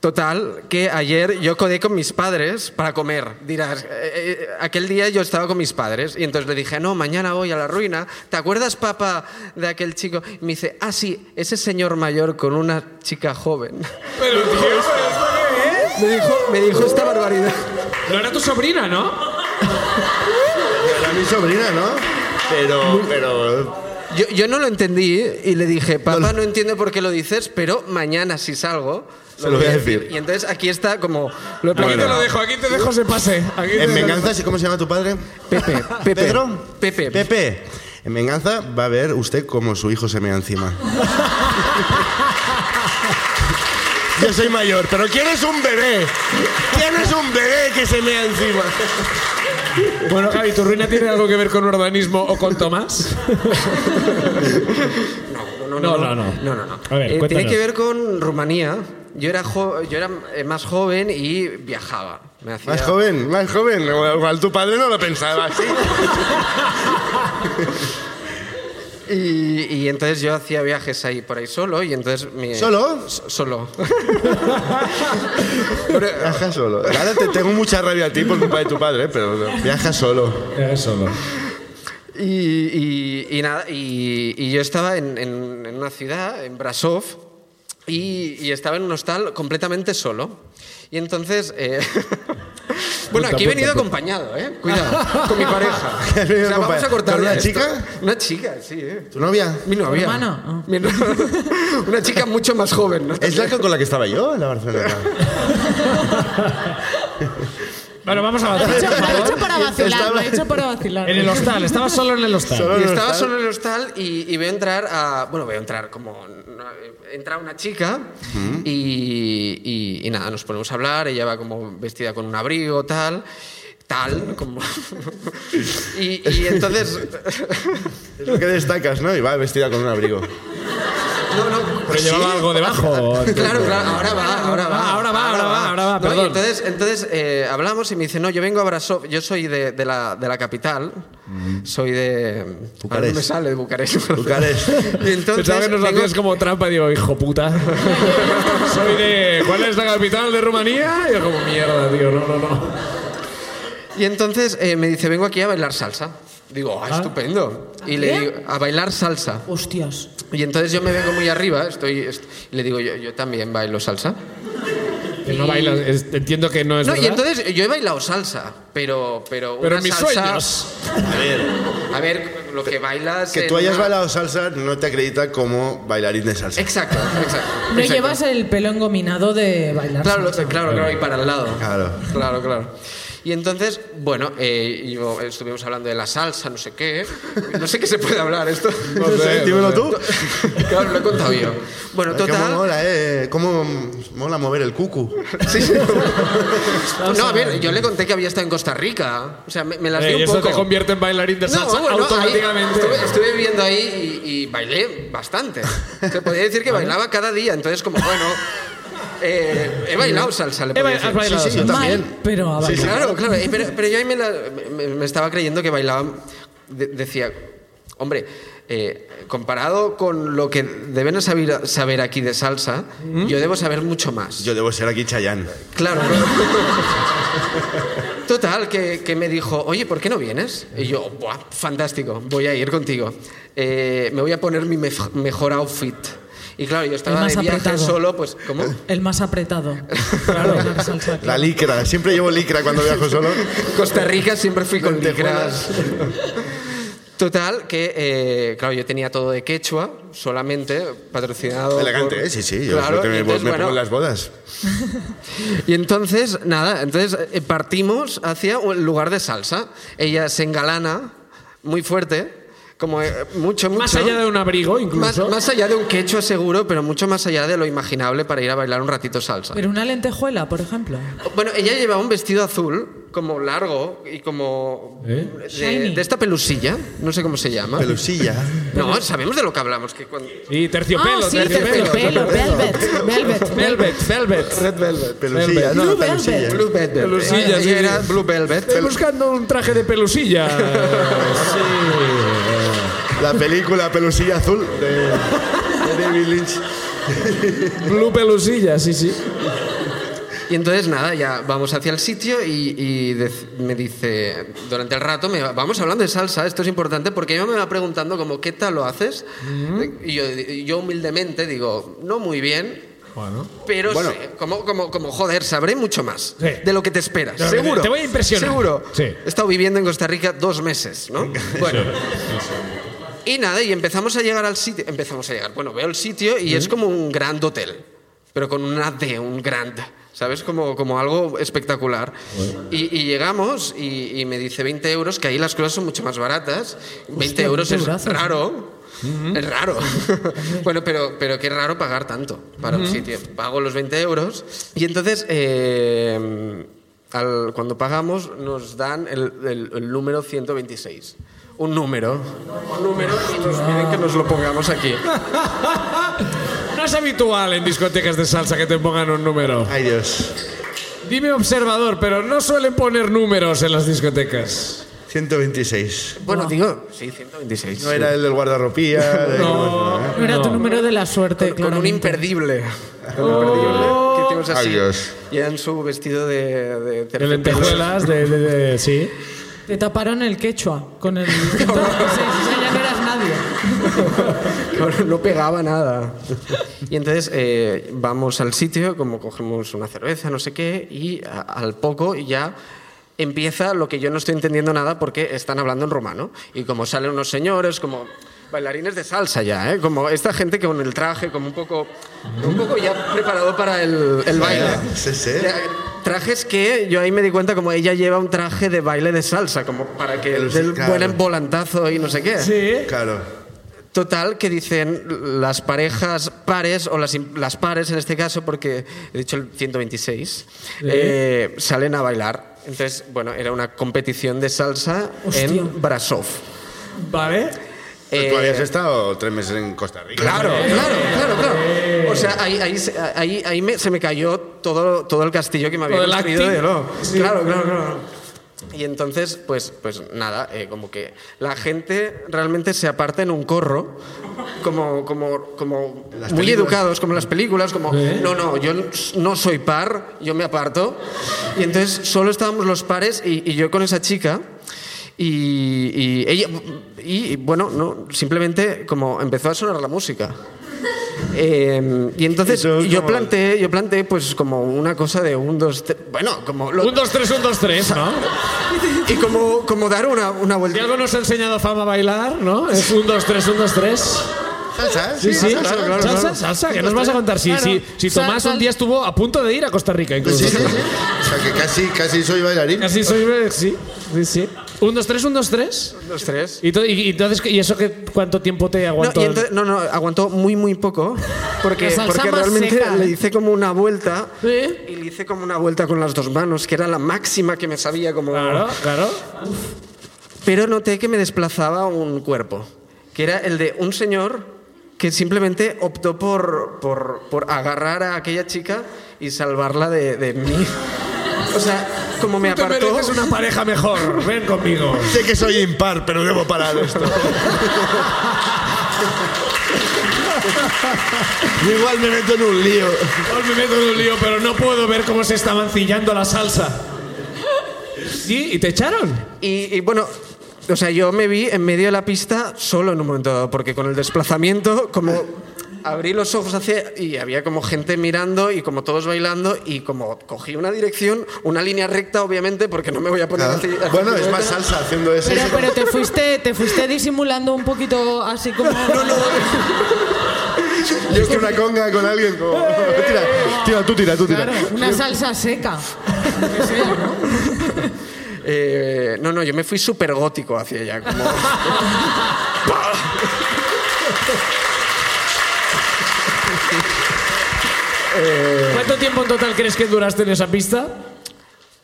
E: Total, que ayer yo codé con mis padres para comer. Dirás, eh, eh, aquel día yo estaba con mis padres y entonces le dije, no, mañana voy a la ruina. ¿Te acuerdas, papá, de aquel chico? Y me dice, ah, sí, ese señor mayor con una chica joven. (laughs)
B: Pero, ¿eh? tío, ¿esto
E: Me dijo, me dijo esta barbaridad.
B: qué es? No era tu sobrina, ¿no?
A: Era mi sobrina, ¿no? Pero, pero
E: Yo, yo no lo entendí y le dije,
A: No
E: papá,
A: lo-
E: no entiendo por qué lo dices, pero mañana si salgo...
A: Se lo voy a decir.
E: Y entonces aquí está como... Lo he
B: Aquí te
E: planeado.
B: lo dejo, aquí te dejo ese pase.
E: Eh,
B: Aquí te
A: en
B: dejo-
A: venganza, ¿sí? ¿cómo se llama tu padre?
E: Pepe, Pepe.
A: ¿Pedro?
E: Pepe.
A: Pepe. En venganza va a ver usted cómo su hijo se mea
E: (laughs)
A: encima. Yo soy mayor, pero ¿quién es un bebé? ¿Quién es un bebé que se mea encima?
B: Bueno, Javi, ¿tu ruina tiene algo que ver con urbanismo o con Tomás?
E: No,
B: No,
E: no,
B: no,
E: no.
B: no.
E: no, no, no.
B: A ver,
E: Eh, tiene
B: cuéntanos.
E: que ver con Rumanía. Yo era, jo- yo era eh, más joven y viajaba. Me hacía-
A: Más joven, más joven. Igual tu padre no lo pensaba así.
E: Y, y entonces yo hacía viajes ahí por ahí solo y entonces
A: Eh.
E: me-
A: ¿Solo?
E: S- solo. (laughs)
A: Viaja solo. Ahora te tengo mucha rabia a ti por culpa de tu padre, pero viaja solo.
B: Era solo.
E: Y, y- y nada, y, y yo estaba en, en- en una ciudad, en Brasov, y, y estaba en un hostal completamente solo. Y entonces... eh, (laughs) bueno, aquí he venido acompañado, ¿eh? Cuidado, con mi pareja.
A: (laughs) Has venido
E: O sea, vamos
A: acompañado.
E: a cortar
A: ¿Con una
E: esto.
A: chica?
E: Una chica, sí, ¿eh?
A: ¿Tu novia?
E: Mi novia.
C: hermano? Ah.
E: Mi no- (laughs) una chica mucho más joven, ¿no?
A: ¿Es la que- con la que estaba yo en la Barcelona? (laughs)
B: Bueno, vamos a
C: Lo he hecho,
B: avanzar.
C: lo he
B: (laughs)
C: hecho para vacilar, lo
A: Estaba-
C: he hecho para vacilar.
B: En el hostal, estaba solo en el hostal.
A: Solo-
E: Y
A: en el
E: estaba
A: hostal.
E: solo en el hostal y, y veo entrar a. Bueno, veo entrar como. no, eh, Entra una chica y, y- y nada, nos ponemos a hablar. Ella va como vestida con un abrigo, tal. Tal, como. (laughs) y, y entonces.
A: Es lo que destacas, ¿no? Y va vestida con un abrigo.
E: No, no.
B: Pero llevaba algo debajo.
A: (laughs)
E: Claro, claro, ahora va, ahora va.
B: Ah, ahora va, ahora va, ahora va,
E: No, y
B: perdón.
E: entonces entonces eh, hablamos y me dice, no, yo vengo a Brasov, yo soy de, de la, de la capital, soy de... ahora
A: Bucarest.
E: No me sale de Bucarest. (laughs)
A: Bucarest.
E: y entonces...
B: Pensaba que nos
E: vengo-
B: hacías como trampa y digo, hijo (laughs) puta. Soy de. ¿Cuál es la capital de Rumanía? Y yo, como mierda, tío, no, no, no.
E: Y entonces eh, me dice, vengo aquí a bailar salsa. Digo, ah, estupendo. Y le digo, a bailar salsa.
C: Hostias.
E: Y entonces yo me vengo muy arriba, estoy, est- y le digo, yo, yo también bailo salsa.
B: Que no bailas, es- entiendo que no es.
E: No, y
B: verdad.
E: entonces yo he bailado salsa, pero. Pero,
B: Pero
E: una
B: en mis
E: salsa-
B: sueños.
A: A ver,
E: A ver, lo que bailas.
A: Que
E: en
A: tú hayas
E: una-
A: bailado salsa no te acredita como bailarín de salsa.
E: Exacto, exacto.
C: No
E: exacto.
C: llevas el pelo engominado de bailar.
E: Claro, lo- claro, claro, y para el lado.
A: Claro.
E: Claro, claro. Y entonces, bueno, eh, y yo- estuvimos hablando de la salsa, no sé qué. No sé qué se puede hablar esto.
B: No sé,
A: dímelo tú.
E: (laughs) claro, lo he contado yo. Bueno,
A: ¿Cómo
E: total.
A: mola, eh? ¿Cómo mola mover el cucu?
E: Sí, sí. No, a ver, yo le conté que había estado en Costa Rica. O sea, me, me las di
B: Eh,
E: un
B: y eso
E: poco.
B: te convierte en bailarín de salsa
E: bueno, ahí
B: automáticamente.
E: estuve, estuve viendo ahí y, y bailé bastante. Se podría
B: (laughs)
E: decir que bailaba cada día, entonces como bueno, eh, he bailado salsa. Le
B: He
E: podría
B: ba- has
E: decir.
B: bailado
E: Sí, sí,
B: salsa.
E: yo
C: Mal,
E: también.
C: pero a
E: Sí,
C: bailar.
E: claro, claro. eh, Pero, pero yo ahí me, la- me- me estaba creyendo que bailaba. de- decía, hombre, eh, comparado con lo que deben saber, saber aquí de salsa, yo debo saber mucho más.
A: Yo debo ser aquí Chayán.
E: Claro. (laughs) Total, que, que me dijo, oye, ¿por qué no vienes? Y yo, Buah, fantástico, voy a ir contigo. Eh, me voy a poner mi mef- mejor outfit. Y claro, yo estaba
C: El más
E: de viaje
C: apretado.
E: solo, pues, ¿cómo?
C: El más
E: (laughs)
C: apretado. Claro.
A: La licra. Siempre llevo licra cuando viajo (laughs) solo.
E: Costa Rica siempre fui con
A: Lentejuelas.
E: licras. Total, que, eh, claro, yo tenía todo de quechua, solamente patrocinado. por-
A: Elegante, ¿eh? Sí, sí. Yo
E: Claro,
A: es lo que
E: y
A: me,
E: entonces,
A: me pongo en
E: bueno,
A: las bodas.
E: Y entonces, nada, entonces eh, partimos hacia el lugar de salsa. Ella se engalana muy fuerte, como eh, mucho, mucho.
B: Más allá de un abrigo,
E: Más-
B: incluso.
E: más allá de un quechua seguro, pero mucho más allá de lo imaginable para ir a bailar un ratito salsa.
C: Pero una lentejuela, por ejemplo.
E: Bueno, ella llevaba un vestido azul, como largo y como...
B: ¿Eh?
E: De,
C: Shiny.
E: de esta pelusilla, no sé cómo se llama.
A: Pelusilla.
E: No, sabemos de lo que hablamos. Que cuando-
B: Y terciopelo,
C: ah, sí,
B: terciopelo.
C: terciopelo, velvet, velvet, velvet.
B: (laughs) Velvet, velvet.
E: Red Velvet.
A: (laughs) Pelusilla. No,
C: Blue
A: pelusilla.
C: Velvet.
E: Blue Velvet.
B: Pelusilla,
E: Ella
B: sí.
E: era Blue Velvet.
B: Estoy buscando un traje de pelusilla. (laughs) sí.
A: La película Pelusilla Azul de, de David Lynch.
B: Blue pelusilla, sí, sí.
E: Y entonces, nada, ya vamos hacia el sitio y, y dec- me dice, durante el rato, me va- vamos hablando de salsa, esto es importante, porque yo me va preguntando como, ¿qué tal lo haces? Y yo, y yo humildemente digo, no muy bien.
B: Bueno.
E: Pero
A: Bueno.
E: sé, como, como, como, joder, sabré mucho más
B: Sí.
E: de lo que te esperas.
B: Te-
E: Seguro.
B: te voy a impresionar.
E: Seguro.
B: Sí.
E: He estado viviendo en Costa Rica dos meses, ¿no? Bueno. Y nada, y empezamos a llegar al sitio. Empezamos a llegar. Bueno, veo el sitio y es como un grand hotel, pero con una D, un grand. ¿Sabes? Como, como algo espectacular. Y, y llegamos y, y me dice 20 euros, que ahí las cosas son mucho más baratas. 20 euros
C: 20
E: es
C: brazos, ¿no?
E: raro. Es raro. (laughs) bueno, pero, pero qué raro pagar tanto para un sitio. Pago los 20 euros y entonces eh, al- cuando pagamos nos dan el, el- el número 126. Un número. Un número y nos piden que nos lo pongamos aquí.
B: No es habitual en discotecas de salsa que te pongan un número.
A: Ay, Dios.
B: Dime observador, pero no suelen poner números en las discotecas.
A: 126.
E: Bueno, digo, sí, 126.
A: No era el del (laughs) guardarropía. de-
B: No.
C: No era tu número de la suerte,
E: Con un
C: claramente.
E: imperdible. Con un imperdible. Que hicimos
A: Ay,
E: así.
A: Dios.
E: Y en su vestido de, de
B: De
E: terciopelo.
B: lentejuelas, de, de- de- Sí.
C: Te taparon el quechua con
E: (laughs)
C: el. Entonces, ese ya no eras nadie.
E: Claro, no pegaba nada. Y entonces eh, vamos al sitio, como cogemos una cerveza, no sé qué, y a- al poco ya empieza lo que yo no estoy entendiendo nada porque están hablando en rumano. Y como salen unos señores, como bailarines de salsa ya, ¿eh? como esta gente que con el traje, como un poco, un poco ya preparado para el, el baile.
A: Sí, sí.
E: Ya, Trajes que yo ahí me di cuenta como ella lleva un traje de baile de salsa, como para que el, del
A: Claro.
E: buen volantazo y no sé qué.
B: Sí.
A: Claro.
E: Total, que dicen las parejas pares, o las, im- las pares en este caso, porque he dicho el 126, eh, salen a bailar. Entonces, bueno, era una competición de salsa
C: Hostia.
E: en Brasov.
B: Vale.
E: Eh,
A: ¿Tú habías estado tres meses en Costa Rica?
E: Claro, claro, claro, claro. O sea, ahí, ahí, se- ahí, ahí me- se me cayó todo, todo el castillo que me había
B: Todo el
E: construido
B: acting.
E: de lo.
B: Sí.
E: Claro, claro, claro. Y entonces, pues, pues nada, eh, como que la gente realmente se aparta en un corro, como, como, como
A: Las
E: muy
A: películas.
E: educados, como en las películas, como,
B: ¿Eh?
E: no, no, yo n- no soy par, yo me aparto. Y entonces solo estábamos los pares y, y yo con esa chica. Y, y ella, y, y, bueno, no, simplemente como empezó a sonar la música. Eh, y entonces
A: Eso es
E: yo
A: como-
E: planteé, yo planteé pues como una cosa de un, dos, tres, bueno, como lo-
B: Un, dos, tres, un, dos, tres, ¿no?
E: y como, como dar una, una
B: Si
E: vuelta.
B: algo nos ha enseñado Fama a bailar, ¿no? Es un, dos, tres, un, dos, tres.
A: ¿Salsa?
B: ¿eh? Sí, sí.
A: salsa,
E: claro, claro,
B: salsa,
E: claro.
B: salsa, que nos vas a contar. Si,
C: Claro.
B: si, si
C: Sal-
B: Tomás un
C: sal-
B: día estuvo a punto de ir a Costa Rica, incluso.
A: Sí, sí, sí. O sea, que casi, casi soy bailarín.
B: Así soy, eh, sí, sí, sí. Un, dos, tres, un, dos, tres.
E: Un, dos, tres.
B: ¿Y, to- y- y entonces y eso qué, cuánto tiempo te
E: No,
B: aguantó?
E: y entonces- no, no, aguantó muy, muy poco.
C: La
E: Porque,
C: salsa
E: porque
C: más
E: realmente
C: seca,
E: le
C: ¿eh?
E: hice como una vuelta.
C: Sí.
E: Y le hice como una vuelta con las dos manos, que era la máxima que me sabía como.
B: Claro, claro.
E: Pero noté que me desplazaba un cuerpo, que era el de un señor que simplemente optó por, por, por agarrar a aquella chica y salvarla de, de mí. O sea, como me
B: Tú
E: apartó.
B: mereces una pareja mejor. Ven conmigo.
A: Sé que soy impar, pero debo parar esto. Igual me meto en un lío.
B: Hoy me meto en un lío, pero no puedo ver cómo se está mancillando la salsa. Sí, y te echaron.
E: Y, y bueno, o sea, yo me vi en medio de la pista solo en un momento dado, porque con el desplazamiento, como abrí los ojos hacia. y había como gente mirando y como todos bailando, y como cogí una dirección, una línea recta, obviamente, porque no me voy a poner así. así
A: Bueno, es más
E: vuelta.
A: salsa haciendo eso.
C: Pero, pero te, fuiste, te fuiste disimulando un poquito así como. No, no,
A: Yo es que una conga con alguien como... Tira, tira, tú tira, tú tira.
C: Eh. Claro, una salsa seca. lo que sea, ¿no?
E: Eh, no, no, yo me fui súper gótico hacia allá. Como...
B: ¿Cuánto tiempo en total crees que duraste en esa pista?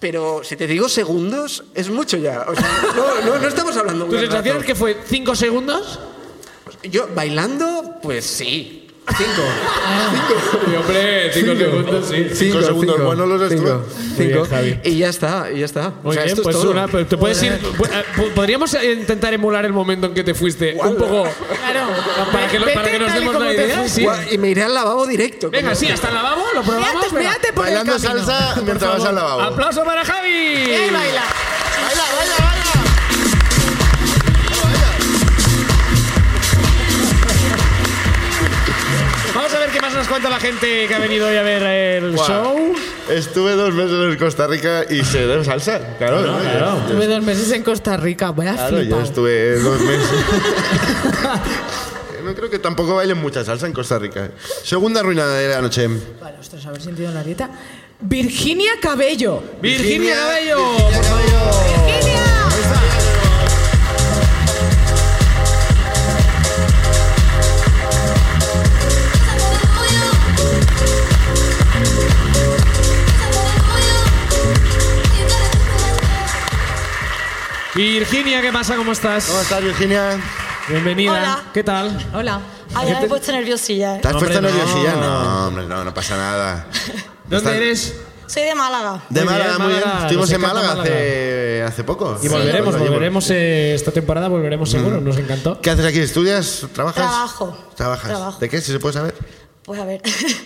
E: Pero si te digo segundos, es mucho ya. O sea, no, no, no estamos hablando
B: ¿Tu
E: muy
B: sensación es que fue cinco segundos?
E: Yo bailando, pues sí. Cinco.
B: Y, hombre, cinco segundos, sí.
A: Cinco segundos, bueno, los
E: cinco,
A: estuvo.
B: Muy bien,
E: cinco.
B: Javi.
E: Y ya está, y ya está.
B: Muy
E: o sea,
B: bien,
E: esto
B: pues
E: es todo.
B: una, pero te puedes ir. pu- eh, pu- Podríamos intentar emular el momento en que te fuiste. Un poco.
C: Claro.
B: Para que, lo- para
C: Vete
B: que nos
C: tal y
B: demos
C: como
B: la
C: te
B: idea.
C: fuiste.
B: sí.
E: Guau, Y me iré al lavabo directo.
B: Venga,
E: como-
B: sí, hasta el lavabo, lo probamos.
C: Mírate,
B: venga.
C: mírate por
A: Bailando
C: el camino.
A: salsa mientras vas al lavabo.
B: ¡Aplauso para Javi!
C: Y ahí baila.
A: ¡Baila, baila, baila!
B: Vamos a ver qué más nos cuenta la gente que ha venido hoy a ver el show.
A: Estuve dos meses en Costa Rica y se da salsa. Claro, ¿no? Yo-
B: Ah, claro.
C: Estuve dos meses en Costa Rica, voy a
A: Claro, yo
C: flipar.
A: estuve dos meses. (laughs) no creo que tampoco bailen mucha salsa en Costa Rica. Segunda ruina de la noche.
C: Vale, ostras, haber sentido la dieta. Virginia Cabello.
B: Virginia Cabello.
A: Virginia Cabello.
B: Virginia, ¿qué pasa? ¿Cómo estás?
A: ¿Cómo estás, Virginia?
B: Bienvenida.
D: Hola.
B: ¿Qué tal?
C: Hola.
D: Ay, ya me he puesto nerviosilla. eh.
A: ¿Te has
B: Hombre,
A: puesto
B: no.
A: nerviosilla? No, hombre, no, no pasa nada.
B: ¿Dónde
A: Está-
B: eres?
D: Soy de Málaga.
A: De
B: Muy bien,
A: Málaga, muy bien.
B: Málaga,
A: Estuvimos
B: nos
A: en
B: encanta
A: Málaga,
B: Málaga.
A: Hace, hace poco.
B: Y volveremos,
A: Oye,
B: volveremos eh, esta temporada, volveremos
E: Mm.
B: seguro, nos encantó.
A: ¿Qué haces aquí? ¿Estudias? ¿Trabajas?
D: Trabajo.
A: ¿Trabajas?
D: Trabajo.
A: ¿De qué? Si se puede saber.
D: Pues a ver.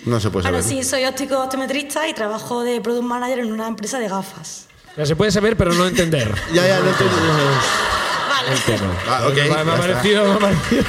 A: No se puede
D: Ahora
A: saber.
D: sí, soy óptico optometrista y trabajo de product manager en una empresa de gafas.
B: Ya se puede saber, pero no entender.
A: Ya, ya, no te...
D: Vale.
B: el tema.
A: Ah, ok,
B: Me ha- Me
A: ya
B: ha
A: está.
B: parecido, me ha parecido.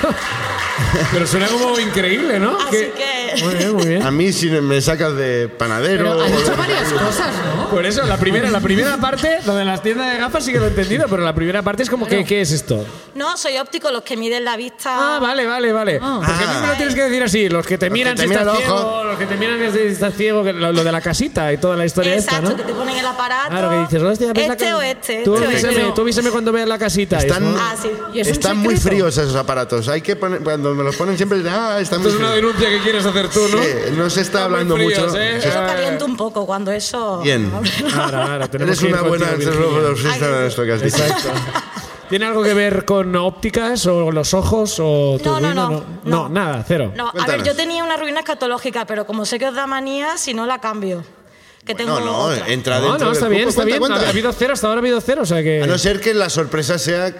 B: Pero suena como increíble, ¿no?
D: Así que-
B: Muy bien, muy bien.
A: A mí si me sacas de panadero...
C: Pero
A: o
C: has
A: de-
C: dicho varias cosas, ¿no?
B: Por eso, la primera, la primera parte, lo de las tiendas de gafas sí que lo he entendido, pero la primera parte es como, que, ¿qué es esto?
D: No, soy óptico, los que miden la vista.
B: Ah, vale, vale, vale.
D: Ah.
B: Porque
A: Ah,
B: a mí me lo tienes que decir así. Los que te miran
A: te
B: si
A: miran
B: estás
A: el ojo.
B: ciego, los que te miran si estás ciego, que lo, lo de la casita y toda la historia
D: Exacto,
B: esta,
D: que
B: ¿no?
D: te ponen el aparato.
B: Claro, que dices, hostia, ves la
D: este
B: ca-
D: o este,
B: Tú
D: este o este.
B: avísame, tú avísame cuando veas la casita. Y es
A: Están,
B: como-
D: Ah, sí.
C: Y es un
A: están muy
C: secreto.
A: fríos esos aparatos. Hay que poner, cuando me los ponen siempre, ah,
B: Esto
A: están muy
B: es
A: (laughs)
B: una
A: fríos.
B: denuncia que quieres hacer tú, ¿no?
A: Sí, no se está
B: Están muy
A: hablando
B: fríos,
A: mucho.
B: ¿eh?
A: Se
D: Eso
A: está-
D: calienta un poco cuando eso.
A: Bien.
B: Ahora, ahora, tenemos
A: Eres
B: que ir
A: una buena
B: contigo, Virginia.
A: antropoprofista de esto que has dicho.
B: ¿Tiene algo que ver con ópticas o los ojos o tu
D: No, no,
B: ruina?
D: no,
B: No,
D: no.
B: nada, cero.
D: (laughs) No, a ver,
A: Cuéntanos.
D: yo tenía una ruina escatológica, pero como sé que os da manía, si no la cambio. Que tengo
A: No, no,
D: otra.
A: entra
B: No,
A: dentro
B: no, está
A: del
B: bien,
A: cupo.
B: está
A: Cuenta,
B: bien.
A: cuenta.
B: Ha habido cero, hasta ahora ha habido cero, o sea que...
A: A no ser que la sorpresa sea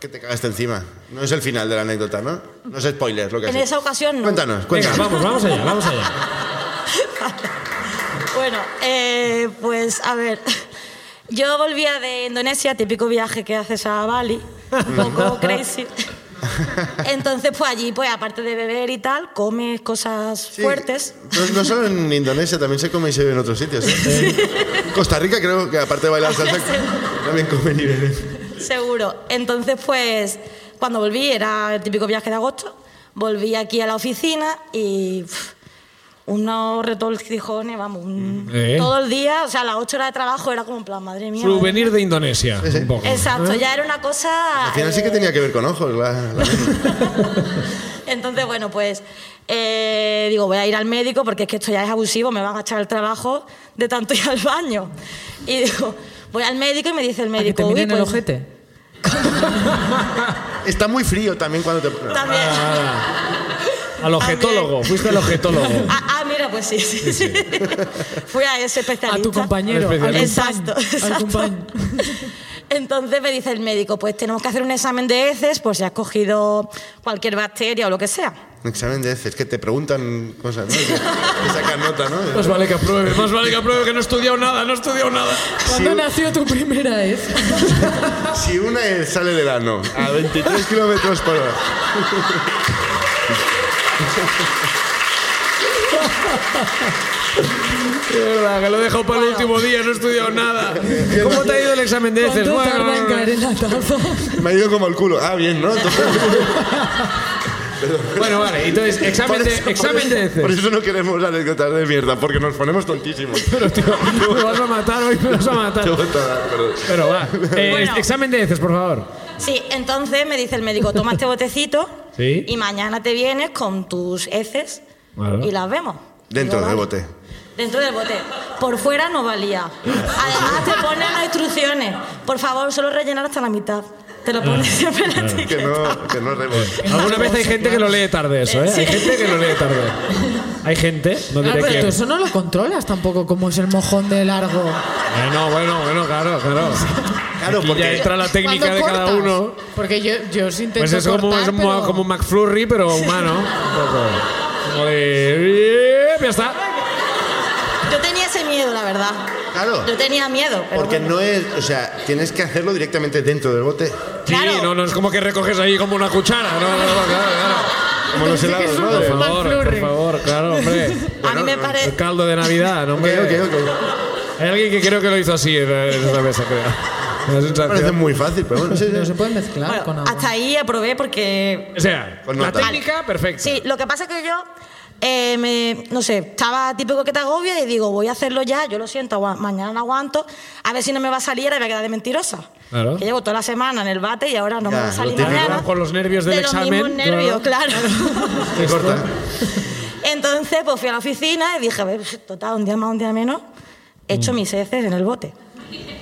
A: que te cagaste encima. No es el final de la anécdota, ¿no? No es spoiler lo que
D: En
A: has
D: esa
A: hecho.
D: ocasión no.
A: Cuéntanos,
B: Venga,
A: cuéntanos.
B: vamos, vamos allá, vamos allá.
D: (laughs) Bueno, eh, pues a ver. (laughs) Yo volvía de Indonesia, típico viaje que haces a Bali,
A: Mm.
D: un poco crazy. (laughs) Entonces, pues allí, pues aparte de beber y tal, comes cosas
A: Sí.
D: fuertes.
A: No, no solo en Indonesia, también se come y se bebe en otros sitios. ¿eh? En Costa Rica creo que aparte de bailar salsa, también ¿eh? comen y beben.
D: Seguro. Entonces, pues, cuando volví, era el típico viaje de agosto, volví aquí a la oficina y pf, unos retorcijones, vamos, un-
A: Mm,
B: Eh.
D: todo el día, o sea, las ocho horas de trabajo era como en plan, madre mía. madre
B: Souvenir de Indonesia, un poco.
D: mía. Exacto, ya era una cosa...
A: Al final sí que
D: eh,
A: tenía que ver con ojos. la- la-
D: Entonces, bueno, pues eh, digo, voy a ir al médico porque es que esto ya es abusivo, me van a echar el trabajo de tanto ir al baño. Y digo, voy al médico y me dice el
C: ¿A que
D: médico...
C: te
D: "Uy,
C: miren el
D: pues,
C: ojete?
A: Está muy frío también cuando te...
D: También.
B: Al objetólogo,
D: También.
B: fuiste al
D: (laughs)
B: objetólogo.
D: Ah, ah, mira, pues sí, sí, sí. Fui a ese especialista.
C: A tu compañero.
B: Al
C: al compañ,
D: Exacto,
C: Al
D: exacto.
C: compañ.
D: Entonces me dice el médico, pues tenemos que hacer un examen de heces por si has cogido cualquier bacteria o lo que sea.
A: Un examen de heces, que te preguntan cosas, ¿no? Y que- que sacan nota, ¿no?
B: Más vale que apruebe, más vale que apruebe, que no he estudiado nada, no he estudiado nada.
C: ¿Cuándo nació tu primera vez?
A: Si una es- sale del ano a 23 kilómetros por hora.
B: De verdad, que lo he dejado para el último día, no he estudiado nada. ¿Cómo te ha ido el examen de heces?
C: ¿Cuánto
B: Bueno,
C: tarda en caer en la taza?
A: Me ha ido como el culo. Ah, bien, ¿no? Entonces- (laughs)
B: Bueno, vale, entonces, examen
A: Por
B: de,
A: eso- por
B: examen
A: eso-
B: de
A: Por
B: heces.
A: eso no queremos anécdotas de mierda, porque nos ponemos tontísimos. (laughs) Pero, tío,
B: Me vas a matar hoy, me vas a matar. Pero va, eh,
D: Bueno.
B: examen de heces, por favor.
D: Sí, entonces me dice el médico, toma este botecito
B: (laughs) Sí.
D: y mañana te vienes con tus heces
B: Claro.
D: y las vemos.
A: Dentro
D: Digo,
A: del
D: "Vale".
A: bote.
D: Dentro del bote. Por fuera no valía. Además te ponen las instrucciones. Por favor, solo rellenar hasta la mitad. Te lo pones
B: Ah,
D: siempre en la
A: (laughs) Que
D: etiqueta.
A: no, que no remos.
B: Alguna vez hay gente que lo lee tarde eso, ¿eh? Hay gente que lo lee tarde. Hay gente, no
C: Claro,
B: diré
C: Ah, pero tú
B: quién.
C: eso no lo controlas tampoco, como es el mojón de largo.
B: Bueno, bueno, bueno, claro, claro.
A: Claro,
B: Aquí ya
A: porque-
B: entra la técnica
C: Cuando
B: de cada
C: cortas.
B: uno.
C: Porque yo, yo os intento
B: Pues es como,
C: cortar,
B: es como,
C: pero-
B: como un McFlurry, pero humano. Un poco. Como de. "Eh, Ya está.
D: Yo tenía ese miedo, la verdad.
A: Claro.
D: Yo tenía miedo. Pero
A: Porque
D: bueno.
A: no es, o sea, tienes que hacerlo directamente dentro del bote.
B: Sí,
D: Claro.
B: no, no es como que recoges ahí como una cuchara. No, no, no, claro, claro.
A: Ah, Como los helados, ¿no?
B: Por
A: De-
B: favor, por
C: McFlurry.
B: favor, claro, hombre.
D: a mí me
B: El
D: parece.
B: caldo de Navidad, no,
A: Ok,
B: hombre.
A: ok, ok.
B: Hay alguien que creo que lo hizo así en en esa mesa, creo. Me da sensación.
A: Parece muy fácil, pero bueno. sí, (laughs)
C: No
A: sí.
C: se puede mezclar con agua.
D: hasta ahí aprobé porque
B: O sea,
A: Con
B: la
A: nota.
B: técnica, perfecta.
D: Sí, lo que pasa es que yo, eh, me- no sé, estaba típico que te agobia y digo, voy a hacerlo ya, yo lo siento, agua- mañana no aguanto, a ver si no me va a salir, ahora me voy a quedar de mentirosa.
B: Claro.
D: Que llevo toda la semana en el bate y ahora no
A: Ya,
D: me va a
A: lo
D: salir
A: típico.
D: mañana.
B: Con los nervios del
D: de
B: examen,
D: los mismos nervios, claro.
B: (laughs)
A: Te corta.
D: Entonces, pues fui a la oficina y dije, a ver, total, un día más, un día menos, he hecho mis heces en el bote.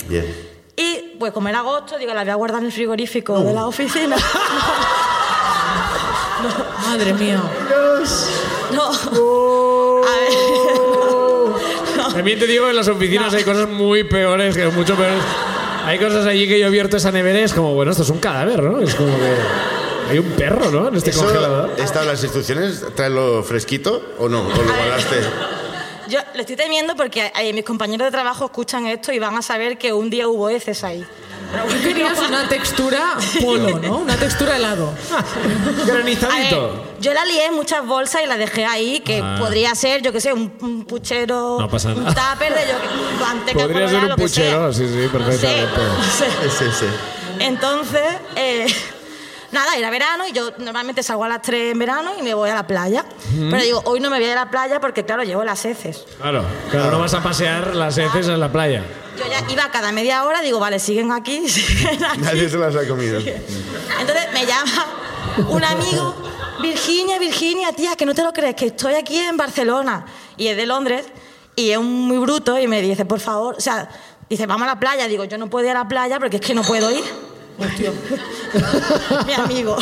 A: Bien.
D: Y pues como era agosto, digo, la voy a guardar en el frigorífico de la oficina.
C: (laughs) Madre mía.
D: no. A ver. (laughs)
B: También te digo que en las oficinas hay cosas muy peores, que mucho peores. Hay cosas allí que yo abierto esa nevera y es como, bueno, esto es un cadáver, ¿no? Es como que hay un perro, ¿no? En este
A: Eso,
B: congelador.
A: ¿Están las instrucciones? ¿Tráelo fresquito o no? ¿O lo guardaste?
D: Yo lo estoy temiendo porque eh, mis compañeros de trabajo escuchan esto y van a saber que un día hubo heces ahí.
C: Tú querías una
D: (laughs)
C: textura polo, ¿no? Una textura helado.
D: A ver,
B: Granizadito.
D: yo la lié en muchas bolsas y la dejé ahí, que
B: Ah.
D: podría ser, yo qué sé, un, un puchero,
B: No pasa nada.
D: un tupper de yo que- manteca
B: Podría ser
D: colorada,
B: un
D: lo que
B: puchero,
D: sea.
B: sí, sí, perfectamente.
D: No sé, no sé.
A: Ese, ese.
D: Entonces, eh, nada, era verano y yo normalmente salgo a las 3 en verano y me voy a la playa. Pero digo, hoy no me voy a ir a la playa porque, claro, llevo las heces.
B: Claro, claro, no vas a pasear las heces en la playa.
D: Yo ya iba cada media hora, digo, vale, siguen aquí, (laughs) siguen
A: (laughs)
D: aquí.
A: Nadie se las ha comido.
D: Entonces me llama un amigo, Virginia, Virginia, tía, que no te lo crees, que estoy aquí en Barcelona y es de Londres y es un muy bruto y me dice, por favor, o sea, dice, vamos a la playa. Digo, yo no puedo ir a la playa porque es que no puedo ir. Hostia. (laughs) Mi amigo.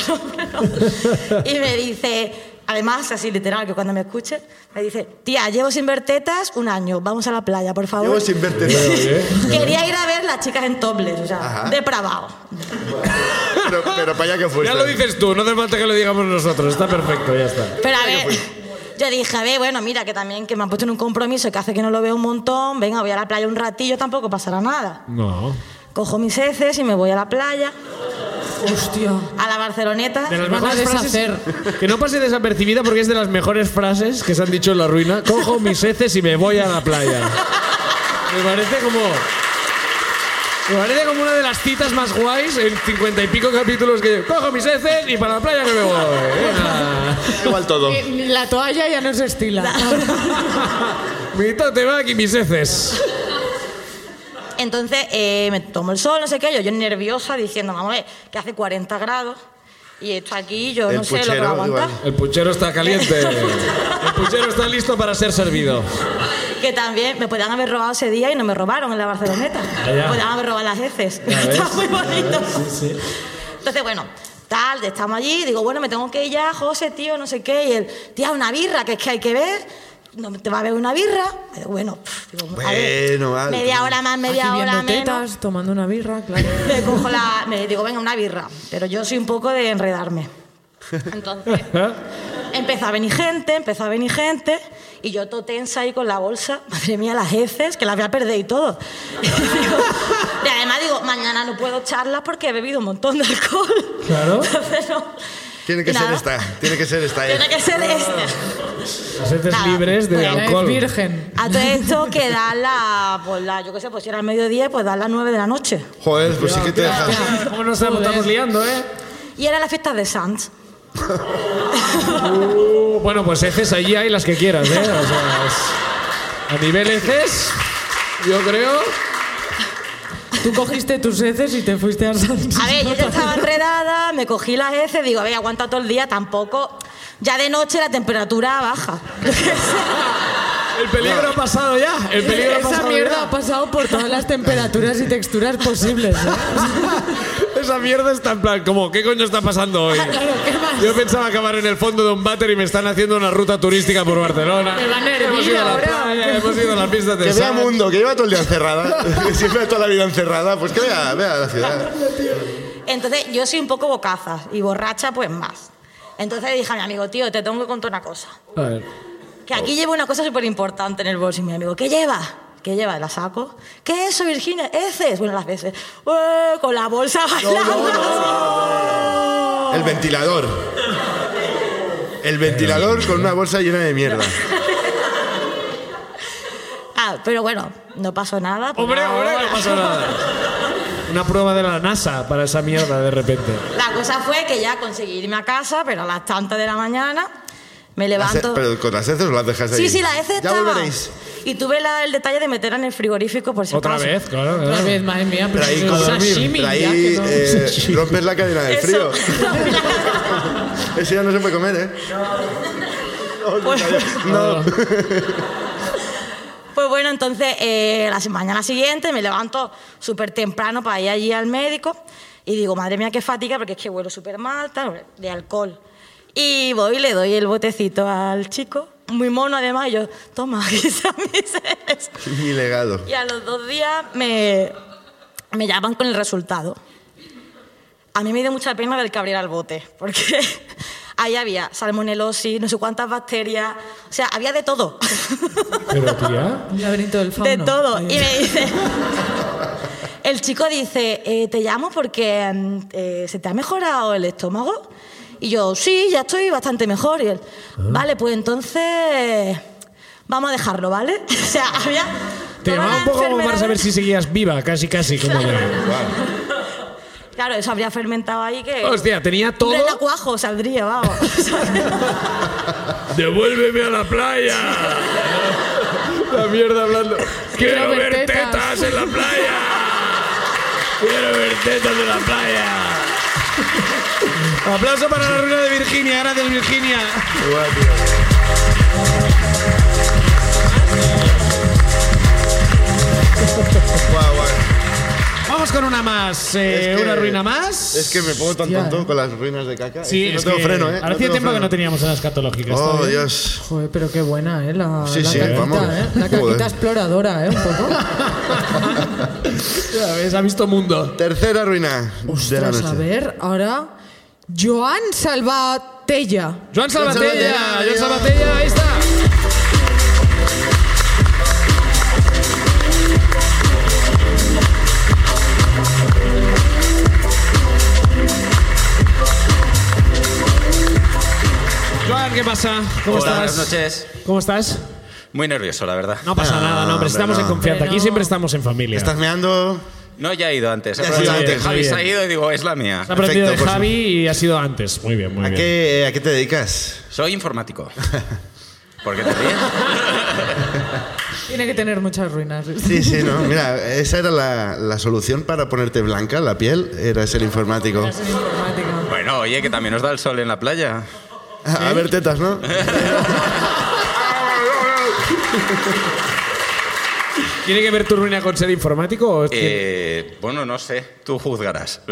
D: (laughs) y me dice, además, así literal, que cuando me escuche, me dice, tía, llevo sin ver tetas un año, vamos a la playa, por favor.
A: Llevo sin (laughs) verte.
B: Oye,
D: Quería ir a ver las chicas en topless, o sea,
A: Ajá.
D: depravado.
A: Pero, pero para allá que fuiste.
B: Ya lo dices tú, no hace falta que lo digamos nosotros, está perfecto, ya está.
D: Pero a ver, (laughs) yo dije, a ver, bueno, mira, que también que me han puesto en un compromiso que hace que no lo veo un montón. Venga, voy a la playa un ratillo, tampoco pasará nada.
B: No.
D: Cojo mis heces y me voy a la playa,
C: Hostia.
D: a la Barceloneta.
B: De las
C: Van a
B: mejores frases.
C: deshacer.
B: Que no pase desapercibida porque es de las mejores frases que se han dicho en la ruina. Cojo mis heces y me voy a la playa. Me parece como. Me parece como una de las citas más guays en cincuenta y pico capítulos que cojo mis heces y para la playa que me voy. Venga.
A: Igual todo.
C: Eh, La toalla ya no se
B: (laughs)
C: estila.
B: Mi tote va aquí mis heces.
D: Entonces eh, me tomo el sol, no sé qué, yo, yo nerviosa diciendo, vamos a ver, que hace 40 grados y esto aquí yo
A: El
D: no sé lo que
A: puchero,
D: va a aguantar.
A: igual.
B: El puchero está caliente. El puchero está listo para ser servido.
D: Que también me podían haber robado ese día y no me robaron en la Barceloneta.
B: Ya, Ah, ya.
D: Me podían haber robado las heces.
B: Ya ves.
D: (laughs) Está muy bonito. Entonces, bueno, tal, estamos allí. Digo, bueno, me tengo que ir ya, José, tío, no sé qué. Y él, tía, una birra, que es que hay que ver. No, te va a ver una birra. Digo, bueno, pff, digo, a ver,
A: Bueno, vale.
D: media hora más, media
C: Aquí
D: hora
C: viendo
D: menos.
C: tetas, tomando una birra,
D: (laughs)
C: claro. Eh,
D: Me cojo la. Me digo, venga, una birra. Pero yo soy un poco
A: (laughs)
D: de enredarme. Entonces,
B: ¿Eh?
D: empezó a venir gente, empezó a venir gente. Y yo todo tensa ahí con la bolsa. (laughs) Madre mía, las heces, que las voy a perder y todo. (laughs) Y, digo- y además digo, mañana no puedo charlas porque he bebido un montón de alcohol. (laughs)
B: Claro.
D: Entonces, no.
A: Tiene que ser
D: Nada.
A: esta. Tiene que ser esta. eh.
D: Tiene que ser este.
B: Las heces
D: Nada.
B: libres de
D: Bueno,
C: Ella
B: alcohol.
C: es virgen.
D: A todo esto que da la, pues la, yo qué sé, pues si era al mediodía, pues da las 9 de la noche.
A: Joder, pues sí que te dejas.
B: ¿Cómo nos estamos liando, eh?
D: Y era la fiesta de Sanz.
B: Uh, bueno, pues heces allí hay las que quieras, ¿eh? O sea, es- a nivel heces, yo creo.
C: Tú cogiste tus heces y te fuiste a Santos.
D: A ver, yo ya estaba enredada, me cogí las heces, digo, a ver, aguanta todo el día, tampoco. Ya de noche la temperatura baja.
B: El peligro ha pasado ya. El peligro ha
C: Esa
B: pasado
C: mierda
B: ya.
C: ha pasado por todas las temperaturas y texturas posibles. ¿eh?
B: (laughs) Esa mierda está en plan, como, ¿qué coño está pasando hoy?
C: Claro, ¿qué más?
B: Yo pensaba acabar en el fondo de un váter y me están haciendo una ruta turística por Barcelona.
C: Me van a hervir
B: hemos ido a la
C: ahora.
B: playa, hemos ido a la pista de
A: Que vea
B: surf.
A: mundo, que lleva todo el día encerrada, (laughs) que siempre toda la vida encerrada, pues que vea, vea la ciudad.
D: Entonces, yo soy un poco bocaza y borracha, pues más. Entonces dije a mi amigo, tío, te tengo que contar una cosa.
B: A ver.
D: Que
B: Oh.
D: aquí llevo una cosa súper importante en el bolso. Y mi amigo, ¿qué lleva? ¿Qué lleva? ¿La saco? ¿Qué es eso, Virginia? ¿Heces? Bueno, las veces. ¡Eh! Con la bolsa bailando.
A: El ventilador. El ventilador con una bolsa llena de mierda.
D: (laughs) Ah, pero bueno, no pasó nada. por
B: Hombre,
D: ahora.
B: hombre, no pasa (laughs) nada. Una prueba de la NASA para esa mierda de repente.
D: (laughs) La cosa fue que ya conseguí irme a casa, pero a las tantas de la mañana me
A: Las he-
D: levanto.
A: Pero con las heces o las dejas ahí.
D: Sí, sí, la heces
A: Ya
D: estaba.
A: volveréis.
D: Y tuve la- el detalle de meterla en el frigorífico por si
B: Otra
D: acaso.
B: vez, claro. claro.
C: Otra vez, madre mía, pero
A: Traí,
C: eso es
A: como-
C: sashimi, ya
A: traí,
C: que no-
A: eh, rompes la cadena del frío.
D: Eso. (laughs)
A: Eso ya no se puede comer, ¿eh?
D: pues, (laughs)
A: No.
D: pues bueno, entonces eh, la se- mañana siguiente me levanto súper temprano para ir allí al médico y digo, madre mía, qué fatiga, porque es que vuelo súper mal, tal, de alcohol. Y voy y le doy el botecito al chico, muy mono además, y yo, toma, (laughs) aquí están mis heces".
A: Mi legado.
D: Y a los dos días me, me llaman con el resultado. A mí me dio mucha pena del que abriera el bote, porque (laughs) ahí había salmonelosis, no sé cuántas bacterias, o sea, había de todo, (laughs)
B: Pero tía.
C: (laughs)
B: (laughs)
C: Un laberinto del fauno.
D: de todo.
C: Ahí.
D: Y me dice, el chico dice, eh, te llamo porque mm, eh, se te ha mejorado el estómago. Y yo, sí, ya estoy bastante mejor. Y él,
B: Ah.
D: vale, pues entonces vamos a dejarlo, ¿vale? (laughs) O sea, había...
B: Te
D: todas
B: llamaba un
D: las
B: poco como para
D: enfermedades-
B: saber si seguías viva, casi, casi. Como (laughs) de-
D: Claro, eso habría fermentado ahí que.
B: Hostia, tenía
D: Un
B: todo.
D: renacuajo saldría, vamos.
B: ¡Devuélveme a la (laughs) playa! La mierda hablando.
C: Quiero ver tetas".
B: en la playa! ¡Quiero ver tetas en la playa! (laughs) Aplauso para la ruina de Virginia. Gracias, Virginia.
A: Guau, guau.
B: Vamos con una más. eh,
A: Es que-
B: ¿Una ruina más?
A: Es que me pongo tan
C: Hostia.
A: tonto con las ruinas de caca.
B: Sí,
A: es que no
B: es
A: tengo
B: que
A: freno, ¿eh?
B: Hacía
A: tengo
B: tiempo que
A: freno.
B: no teníamos una escatológica. está
A: Oh,
B: bien.
A: Dios.
C: Joder, pero qué buena, ¿eh? La,
A: Sí,
C: la
A: sí,
C: caquita,
A: vamos.
C: ¿eh? La caquita
A: Joder.
C: exploradora, ¿eh? Un
A: (laughs)
C: poco.
B: Ya ves, ha visto mundo.
A: Tercera ruina de la
C: Ostras, a
A: noche.
C: ver, ahora... Joan Salvatella.
B: Joan Salvatella,
A: Salvatella,
B: Joan
A: adiós.
B: Salvatella, ahí está. Joan, ¿qué pasa? ¿Cómo
F: Hola,
B: estás?
F: buenas noches.
B: ¿Cómo estás?
F: Muy nervioso, la verdad.
B: No pasa nada, no, hombre,
A: hombre,
B: estamos
A: no.
B: en confianza. Aquí
C: Hombre, no.
B: siempre estamos en familia.
A: Estás meando.
F: No, ya he ido antes. ¿eh? He
A: Ya has
F: aprovechado
A: ido
F: que
A: antes,
F: Javi
B: muy
F: se ha
B: bien.
F: ido y digo, es la mía.
B: Has aprendido
A: Perfecto,
B: de
A: por
B: Javi y ha sido antes. Muy bien, muy
A: ¿A
B: bien.
A: qué, eh, ¿A qué te dedicas?
F: Soy informático. (laughs) ¿Por qué te ríes?
C: Tiene que tener muchas ruinas.
A: Sí, sí, no. Mira, esa era la, la solución para ponerte blanca la piel, era ser informático.
C: Es informática.
F: Bueno, oye, que también nos da el sol en la playa.
A: A ver tetas, ¿no?
B: ¿Tiene que ver tu ruina con ser informático o tiene-
F: Eh, bueno, no sé.
A: (laughs)
F: Tú juzgarás.
B: (laughs)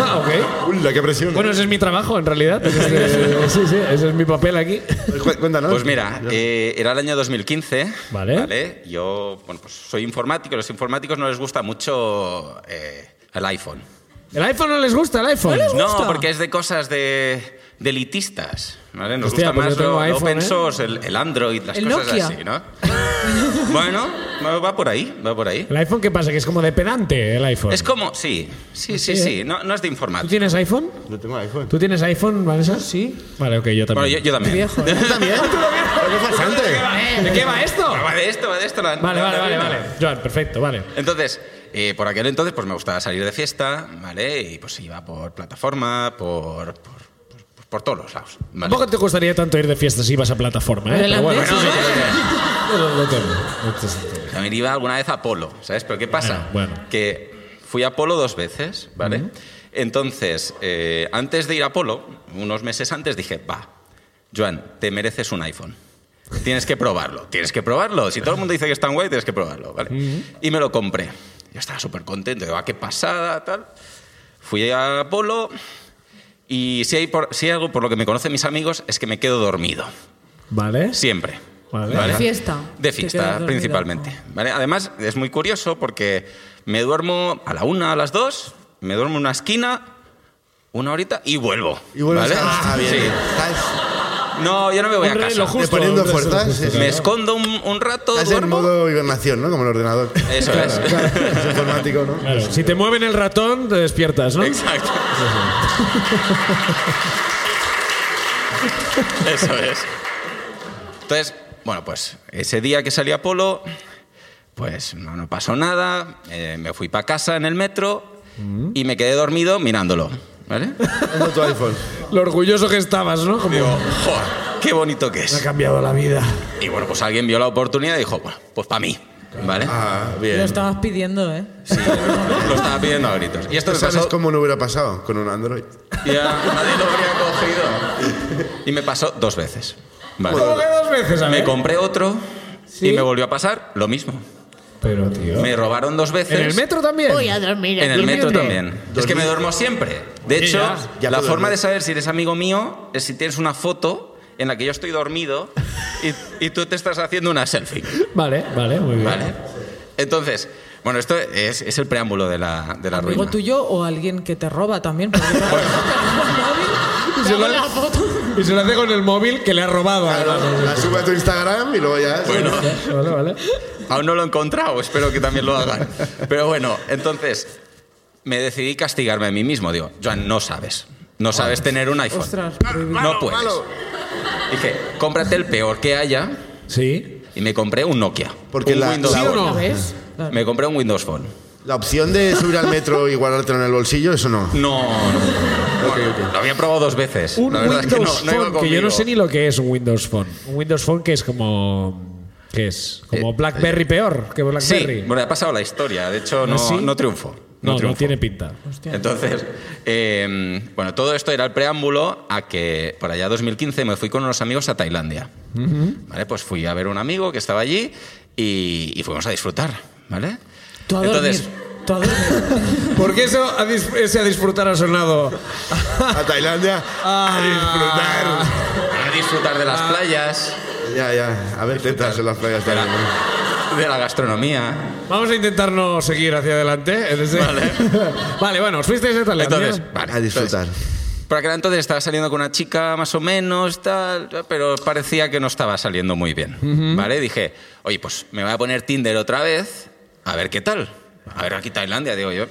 B: Ah, ok.
A: Uy, qué presión.
B: Bueno, ese es mi trabajo, en realidad. Este, sí, sí, ese es mi papel aquí.
A: Cu- Cuéntanos.
F: Pues mira, eh, era el año 2015.
B: Vale.
F: Yo, bueno, pues soy informático. Los informáticos no les gusta mucho eh, el iPhone.
B: El iPhone no les gusta, el iPhone.
F: No, porque es de cosas de, de elitistas. ¿vale? Nos
B: Hostia,
F: gusta
B: pues
F: más
B: yo tengo
F: lo, lo
B: iPhone,
F: open
B: ¿eh?
F: source, el, el Android, las
C: El
F: cosas
C: Nokia.
F: así, ¿no? bueno, va- va por ahí, va por ahí.
B: ¿El iPhone qué pasa? Que es como de pedante el iPhone.
F: Es como, sí, sí, sí,
B: Sí, ¿eh?
F: sí, no, no es de
B: ¿Tú
F: informática.
B: tienes iPhone?
A: Yo tengo iPhone.
B: ¿Tú tienes iPhone, Vanessa? Sí. Vale, ok, yo
F: Bueno,
B: también.
F: yo, yo también.
C: Viejo, ¿eh?
F: (laughs)
A: también? ¿Pero qué farsante?
B: ¿De qué va esto?
F: Ah, Va de esto, va de esto. la-
B: Vale,
F: la-
B: vale,
F: la-
B: vale, vale. Joan, perfecto, vale.
F: Entonces, eh, por aquel entonces, pues me gustaba salir de fiesta, ¿vale? Y pues iba por plataforma, por, por, por- por todos los lados. ¿vale?
B: Tampoco te gustaría tanto ir de fiesta si ibas a plataforma, ¿eh?
C: Adelante,
B: bueno,
C: sí,
B: no,
C: sí.
B: no, no, no, no, no, no.
F: También iba alguna vez a Polo, ¿sabes? Pero ¿qué pasa?
B: Bueno, bueno.
F: Que fui a Polo dos veces, ¿vale? Entonces, eh, antes de ir a Polo, unos meses antes, dije, va, Joan, te mereces un iPhone. Tienes que probarlo, tienes que probarlo. Si todo el mundo dice que es tan guay, tienes que probarlo, ¿vale? Y me lo compré. Yo estaba súper contento, digo, ah, qué pasada, tal. Fui a Polo y si hay, por- si hay algo por lo que me conocen mis amigos es que me quedo dormido.
B: ¿Vale?
F: Siempre.
B: Vale.
C: De fiesta.
F: De
C: Te quedas
F: fiesta,
C: dormido.
F: principalmente. ¿vale? Además, es muy curioso porque me duermo a la una, a las dos, me duermo en una esquina, una horita y vuelvo.
A: Y vuelves
F: ¿vale?
A: a... Ah, bien.
F: Sí.
A: Estás,
F: No, yo no me voy a
B: Un
F: casa.
B: reloj justo.
A: Reponiendo
B: un reloj
A: fuerzas,
B: justo,
A: eso.
B: claro.
F: Me escondo un, un rato,
A: estás en
F: duermo.
A: modo hibernación, ¿no? Como el ordenador.
F: Eso es.
A: Es informático, ¿no?
B: Claro, Si te mueven el ratón, te despiertas, ¿no?
A: (laughs)
F: Exacto. Eso es. Entonces, bueno, pues ese día que salí a Polo, pues no, no pasó nada. eh, me fui para casa en el metro
A: Mm.
F: y me quedé dormido mirándolo.
A: (laughs)
F: ¿Vale?
A: Viendo tu iPhone.
B: Lo orgulloso que estabas, ¿no? Como,
F: Digo, "Joder, qué bonito que
B: me ha
F: es.
B: cambiado la vida.
F: Y bueno, pues alguien vio la oportunidad y dijo, bueno, pues para mí. ¿Vale?
A: Ah,
C: Lo
A: bien.
C: estabas pidiendo, ¿eh?
F: Lo estaba pidiendo a gritos. Y esto
A: ¿Tú
F: me
A: sabes
F: pasó
A: cómo no hubiera pasado con un Android?
F: Ya, nadie lo habría cogido. Y me pasó dos veces. Vale.
B: ¿Cómo que dos veces, a
F: Me
B: ver?
F: compré otro
B: ¿Eh? Sí.
F: y me volvió a pasar lo mismo.
B: Pero, tío.
F: Me robaron dos veces.
B: ¿En el metro también?
C: dormir.
F: En el metro también. Es que
A: Dormir.
F: me duermo siempre. De
B: Sí,
F: hecho,
B: ya.
A: Ya
F: la
A: puedo
F: forma
A: dormir.
F: de saber si eres amigo mío es si tienes una foto en la que yo estoy dormido y, y tú te estás haciendo una selfie.
B: Vale, vale, muy bien.
F: ¿Vale? Entonces, bueno, esto es, es el preámbulo de la, de la
C: ¿Amigo
F: ruina.
C: tuyo o alguien que te roba también? Porque claro,
F: (laughs)
C: te
B: se
C: hago
B: lo-
C: la foto.
B: Y se lo hace con el móvil que le ha robado.
A: Claro, la sube a tu Instagram y luego ya...
F: Bueno,
B: Vale, vale.
F: Aún no lo he encontrado, espero que también lo hagan. Pero bueno, entonces me decidí castigarme a mí mismo. Digo, Joan, no sabes. No sabes tener un iPhone.
C: Ostras,
F: no puedes. Dije, cómprate el peor que haya
B: Sí.
F: y me compré un Nokia.
A: Porque
F: un
A: la-
F: Windows
A: la-
B: ¿Sí o
F: Phone.
B: no?
C: ¿la ves?
F: Ah, Me compré un Windows Phone.
A: La opción de subir al metro y guardártelo en el bolsillo, eso no.
F: No, no. Bueno, lo había probado dos veces.
B: Un
F: la verdad
B: Windows
F: es que no, no iba
B: Phone, que yo no
F: conmigo.
B: sé ni lo que es un Windows Phone. Un Windows Phone que es como. ¿Qué es? Como
F: Eh,
B: Blackberry peor que Blackberry.
F: Sí, bueno, ha pasado la historia. De hecho,
B: ¿Ah,
F: no,
B: sí?
F: no triunfo.
B: no, no,
F: triunfo.
B: tiene pinta.
F: Entonces, eh, bueno, todo esto era el preámbulo a que por allá 2015 me fui con unos amigos a Tailandia. ¿Vale? Pues fui a ver a un amigo que estaba allí y, y fuimos a disfrutar, ¿vale?
C: Tú a
F: Entonces,
C: dormir. Tú a dormir.
B: ¿Por qué eso a dis- ese a disfrutar ha sonado?
A: A Tailandia a
F: Ah. a disfrutar de las playas,
A: disfrutar. Ya, ya. A ver tetas en las playas también. ¿no?
F: de la gastronomía.
B: Vamos a intentar no seguir hacia adelante. en ese-
F: Vale.
B: (laughs) vale, bueno, os fuisteis a Tailandia.
F: Entonces, vale,
A: A disfrutar.
F: Por aquel entonces estaba saliendo con una chica más o menos, tal, pero parecía que no estaba saliendo muy bien. ¿Vale? Dije, oye, pues me voy a poner Tinder otra vez, a ver qué tal. A ver aquí Tailandia, digo yo.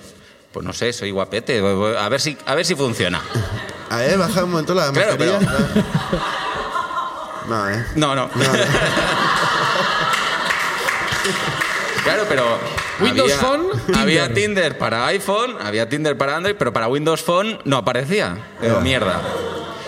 F: Pues no sé, soy guapete, voy- voy- a ver si, a ver si funciona.
A: A ver, baja un momento la
F: Claro,
A: mascarilla. No, eh.
F: No, no. (laughs) claro, pero.
B: Windows
F: había,
B: Phone,
F: Había
B: Tinder.
F: Tinder. para iPhone, había Tinder para Android, pero para Windows Phone no aparecía. Digo,
A: Ya.
F: mierda.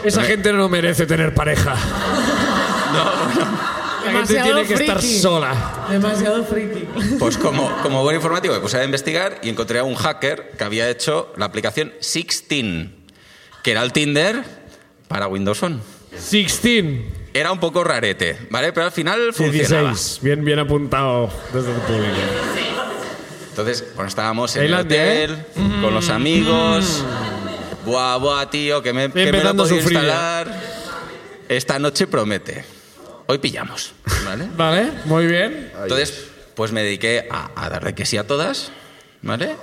B: Esa gente no merece tener pareja. La gente
C: Demasiado
B: tiene que estar
C: friki.
B: sola.
C: Demasiado
F: (laughs)
C: friki.
F: Pues como, como buen informático me puse a investigar y encontré a un hacker que había hecho la aplicación 16, que era el Tinder para Windows Phone.
B: 16.
F: Era un poco rarete, ¿vale? Pero al final funcionaba.
B: 16. Bien, bien apuntado desde el público.
F: Entonces, bueno, estábamos en el
B: Tailandia,
F: hotel,
B: Mm.
F: con los amigos. Buah, buah, tío, que me, que me lo he
B: empezando a
F: podido
B: sufrir ya.
F: instalar. Esta noche promete. Hoy pillamos,
B: (laughs)
F: ¿vale?
B: Vale, muy bien.
F: Entonces, pues me dediqué a, a darle que sí a todas, ¿vale?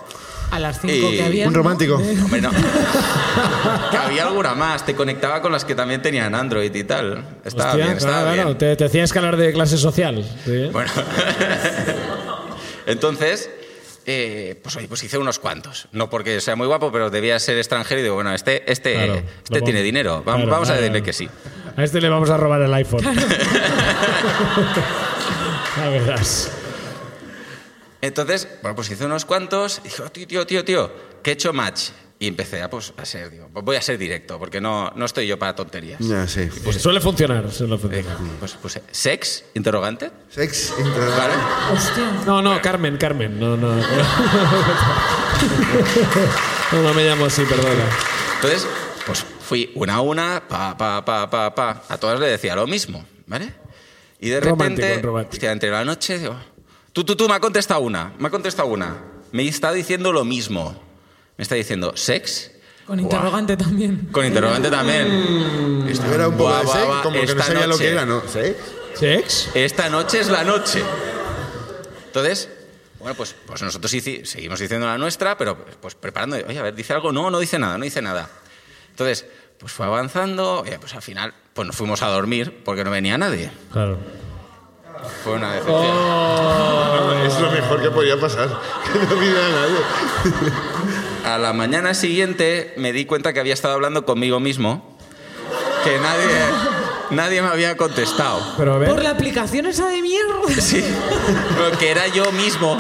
C: A las 5
F: Y
C: que había.
A: Un romántico.
F: Hombre, no. (laughs) que había alguna más. Te conectaba con las que también tenían Android y tal. Estaba
B: Hostia,
F: bien, estaba
B: claro, claro,
F: bien.
B: Te, te hacía escalar de clase social. Sí.
F: Bueno. Entonces, eh, pues oye, pues hice unos cuantos. No porque sea muy guapo, pero debía ser extranjero y digo, bueno, este, este,
B: Claro, lo
F: este
B: vamos-
F: tiene dinero. Vamos,
B: claro,
F: vamos a
B: claro,
F: decirle
B: claro.
F: que sí.
B: A este le vamos a robar el iPhone. (laughs) La verás.
F: Entonces, bueno, pues hice unos cuantos. Y dije, oh, tío, tío, tío, tío, que he hecho match. Y empecé a, pues, a ser, digo, pues voy a ser directo, porque no, no estoy yo para tonterías.
A: Ya, sí.
F: Pues
B: suele funcionar, suele
F: Eh,
B: funcionar.
F: pues puse, ¿sex? Interrogante.
A: Sex.
F: ¿Vale?
C: Hostia.
B: No, no, Carmen, Carmen. No, no. No, no me llamo así, perdona.
F: Entonces, pues fui una a una, pa, pa, pa, pa, pa. A todas le decía lo mismo, ¿vale? Y de
B: Romántico,
F: repente,
B: romántico.
F: hostia, entre la noche, digo, tú, tú, tú, me ha contestado una, me ha contestado una. Me está diciendo lo mismo. Me está diciendo, ¿sex?
C: Con
F: Buah.
C: interrogante también.
F: Con interrogante también.
A: Si hubiera un poco
F: Buah,
A: de
F: buah,
A: sex,
F: buah,
A: como que no
F: esta
A: sabía lo
F: noche-
A: que era, ¿no? ¿Sí?
B: ¿Sex?
F: Esta noche es la noche. Entonces, bueno, pues, pues nosotros hici- seguimos diciendo la nuestra, pero pues preparando, oye, a ver, ¿dice algo? No, no dice nada, no dice nada. Entonces, pues fue avanzando, oye, pues al final pues nos fuimos a dormir porque no venía nadie.
B: Claro.
F: Fue una decepción.
B: Oh.
A: Es lo mejor que podía pasar. (laughs) Que no viniera nadie.
F: A la mañana siguiente me di cuenta que había estado hablando conmigo mismo, que nadie, nadie me había contestado.
B: Pero a ver.
C: Por la aplicación esa
B: (laughs)
C: de mierda.
F: Sí, pero que era yo mismo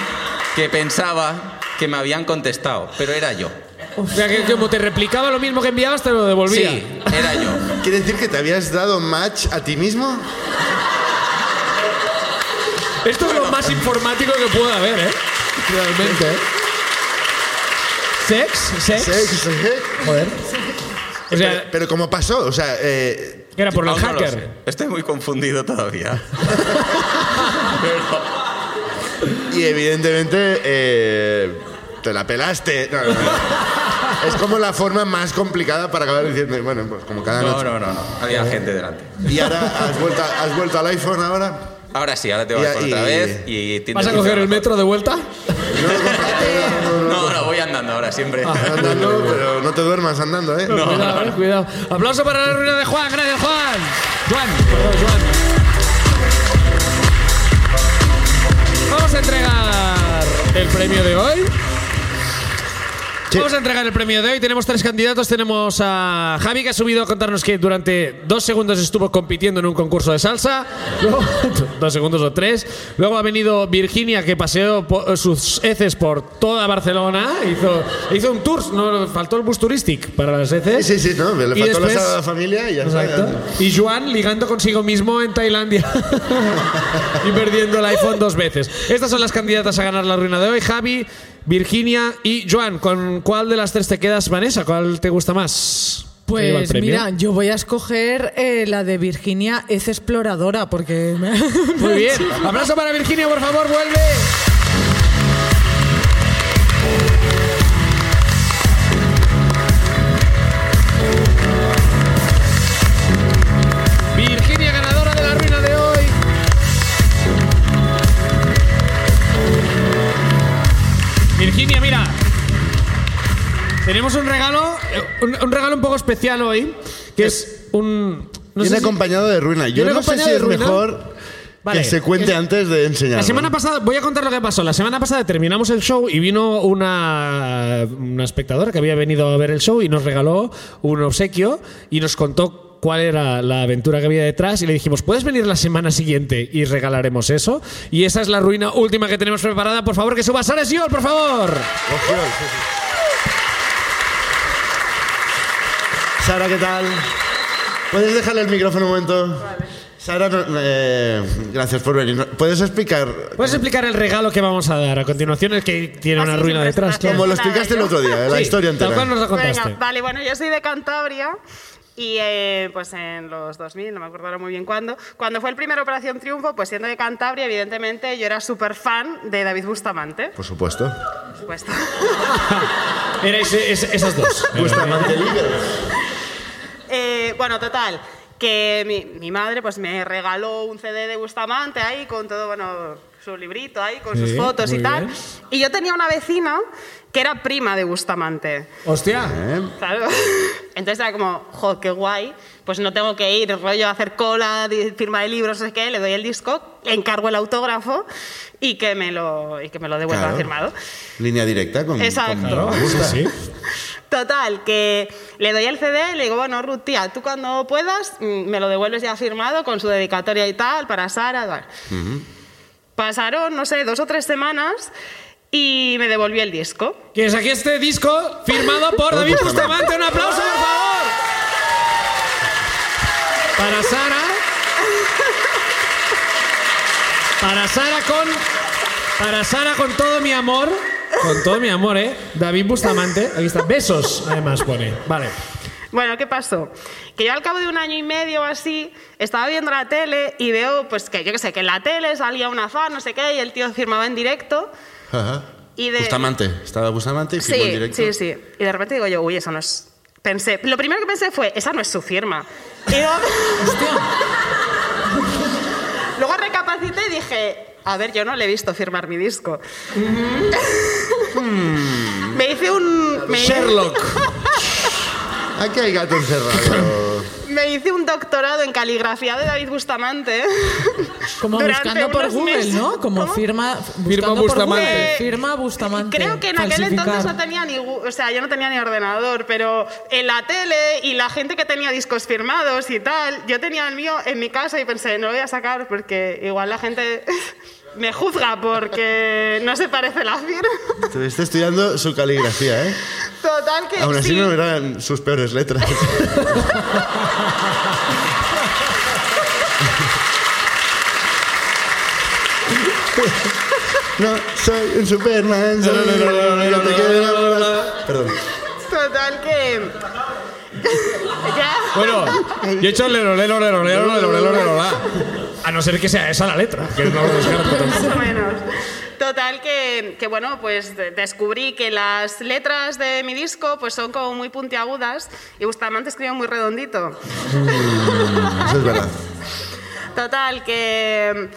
F: que pensaba que me habían contestado, pero era yo.
B: O sea, que como te replicaba lo mismo que enviabas, te lo devolvía.
F: Sí, era yo.
A: ¿Quiere decir que te habías dado match a ti mismo?
B: Esto es lo más informático que pueda haber, ¿eh? Realmente. ¿eh? ¿Sex? ¿Sex?
A: Sex, ¿eh?
B: Joder. O
A: Pero,
B: sea,
A: pero ¿cómo pasó? O sea, eh,
B: que era por los
F: Aún no lo
B: hackers.
F: sé. Estoy muy
B: (laughs)
F: confundido todavía. Pero-
A: y evidentemente eh, te la pelaste. No,
B: (laughs)
A: no, no. Es como la forma más complicada para acabar diciendo, bueno, pues como cada
F: no,
A: noche.
F: no, no, no. Había gente delante.
A: Eh, Y ahora has vuelto, has vuelto al iPhone ahora.
F: Ahora sí, ahora te voy
A: Y-
F: a poner otra
A: y-
F: vez y Tinder
B: ¿Vas a
F: funciona
B: coger el
F: mejor.
B: metro de vuelta?
A: No lo compartes, no, no, no.
F: No, no, voy andando ahora siempre.
A: Ah, Andando, pero no te duermas andando, ¿eh?
B: Cuidado, eh, cuidado. Aplauso para la ruina de Juan. Gracias, Juan. Juan, perdón, Juan. Vamos a entregar el premio de hoy.
A: Sí.
B: Vamos a entregar el premio de hoy. Tenemos tres candidatos. Tenemos a Javi, que ha subido a contarnos que durante dos segundos estuvo compitiendo en un concurso de salsa. Luego- (laughs) dos segundos o tres. Luego ha venido Virginia, que paseó po- sus heces por toda Barcelona. Hizo, hizo un tour. No, faltó el bus turístic para las heces.
A: Sí, sí, sí, no, le
B: Y
A: faltó la
B: después-
A: sala de la familia y ya está.
B: Exacto. Y Juan ligando consigo mismo en Tailandia (laughs) y perdiendo el iPhone dos veces. Estas son las candidatas a ganar la ruina de hoy: Javi, Virginia y Joan. ¿Con cuál de las tres te quedas, Vanessa? ¿Cuál te gusta más? ¿Te lleva el
C: Pues
B: premio?
C: mira, yo voy a escoger eh, la de Virginia es exploradora porque me- (laughs)
B: Muy bien. Abrazo para Virginia, por favor, vuelve. Virginia, ganadora de la ruina de hoy. Virginia, mira. Tenemos un regalo, eh, un, un regalo un poco especial hoy, que es un... no sé
A: Viene
B: si-
A: acompañado de ruina. Yo
B: ¿Viene
A: no sé
B: acompañado
A: si
B: de
A: es
B: ruina?
A: mejor
B: Vale.
A: que se cuente
B: El-
A: antes de enseñar.
B: La semana pasada, voy a contar lo que pasó. La semana pasada terminamos el show y vino una, una espectadora que había venido a ver el show y nos regaló un obsequio y nos contó cuál era la aventura que había detrás y le dijimos, ¿puedes venir la semana siguiente y regalaremos eso? Y esa es la ruina última que tenemos preparada. Por favor, que suba Sara Siol, por favor.
A: Sara, ¿qué tal? ¿Puedes dejarle el micrófono un momento? Sara, no- eh, gracias por venir. No- ¿Puedes explicar
B: ¿Puedes explicar el regalo que vamos a dar a continuación? El que tiene
G: Así
B: una ruina
G: siempre
B: detrás.
G: es una
B: claro.
A: como lo
G: Nada,
A: explicaste el
G: yo.
A: otro día, ¿eh? la
B: Sí,
A: historia
B: Tal cual nos
A: entera?
B: la contaste.
G: Venga, vale, bueno, yo soy de Cantabria y eh, pues en los 2000, no me acuerdo ahora muy bien cuándo, cuando fue el primer Operación Triunfo, pues siendo de Cantabria, evidentemente yo era súper fan de David Bustamante.
A: Por supuesto.
G: Por supuesto.
B: Erais, eh, es- esas dos.
G: Eh, bueno, total, que mi, mi madre pues me regaló un CD de Bustamante ahí con todo, bueno, su librito ahí, con
B: Sí,
G: sus fotos y
B: muy
G: tal.
B: bien.
G: Y yo tenía una vecina que era prima de Bustamante.
B: Hostia.
A: ¿Eh?
G: Claro. (laughs) Entonces era como, jo, qué guay. Pues no tengo que ir, rollo, a hacer cola, di- firma de libros, no sé qué. Le doy el disco, le encargo el autógrafo y que me lo, y que me lo devuelva
A: Claro.
G: firmado.
A: Línea directa con.
G: Exacto.
A: con-
B: Sí, sí.
G: Total, que le doy el CD y le digo, bueno, Ruth, tía, tú cuando puedas mm, me lo devuelves ya firmado con su dedicatoria y tal, para Sara. tal". Pasaron, no sé, dos o tres semanas y me devolvió el disco.
B: Que saqué este disco firmado por David Bustamante. Un aplauso, por favor. Para Sara. Para Sara con. Para Sara con todo mi amor. Con todo mi amor, ¿eh? David Bustamante. Aquí está. Besos, además pone. Vale.
G: Bueno, ¿qué pasó? Que yo al cabo de un año y medio o así estaba viendo la tele y veo, pues que yo qué sé, que en la tele salía una fan, no sé qué, y el tío firmaba en directo.
A: Ajá.
G: Y de,
A: Bustamante. Estaba Bustamante y firmó en
G: Sí,
A: directo.
G: sí, sí. Y de repente digo yo, uy, eso no es... Pensé, lo primero que pensé fue, esa no es su firma. Y (laughs) digo- Luego recapacité y dije, a ver, yo no le he visto firmar mi disco.
A: Mm.
G: (laughs) me hice un... Me,
A: Sherlock. Aquí hay gato
B: (laughs)
A: encerrado.
G: (laughs) me hice un doctorado en caligrafía de David Bustamante.
C: Como
G: (laughs) Durante
C: buscando por
G: unos
C: Google,
G: meses.
C: ¿no? Como
G: ¿Cómo?
C: firma.
B: Firma
C: buscando por
B: Bustamante.
C: Google,
G: Eh,
C: firma Bustamante.
G: Creo que en aquel
C: Falsificar.
G: entonces no tenía ni, gu- o sea, yo no tenía ni ordenador, pero en la tele y la gente que tenía discos firmados y tal, yo tenía el mío en mi casa y pensé, no lo voy a sacar porque igual la gente (laughs) me juzga porque no se parece la firma. (laughs)
A: Estuviste estudiando su caligrafía, ¿eh?
G: Total que
A: Aún así
G: sí.
A: no eran sus peores letras. No, soy un Superman. soy- yo te quiero- Perdón.
G: Total que (laughs) ya
B: Bueno, yo he hecho lero, lero, lero, lero, lero, lero, lero, la. A no ser que sea esa la letra, que no lo descarto.
G: más o menos. Total que, que, bueno, pues de- descubrí que las letras de mi disco pues son como muy puntiagudas y Bustamante escribe muy redondito.
A: Eso es verdad.
G: Total, que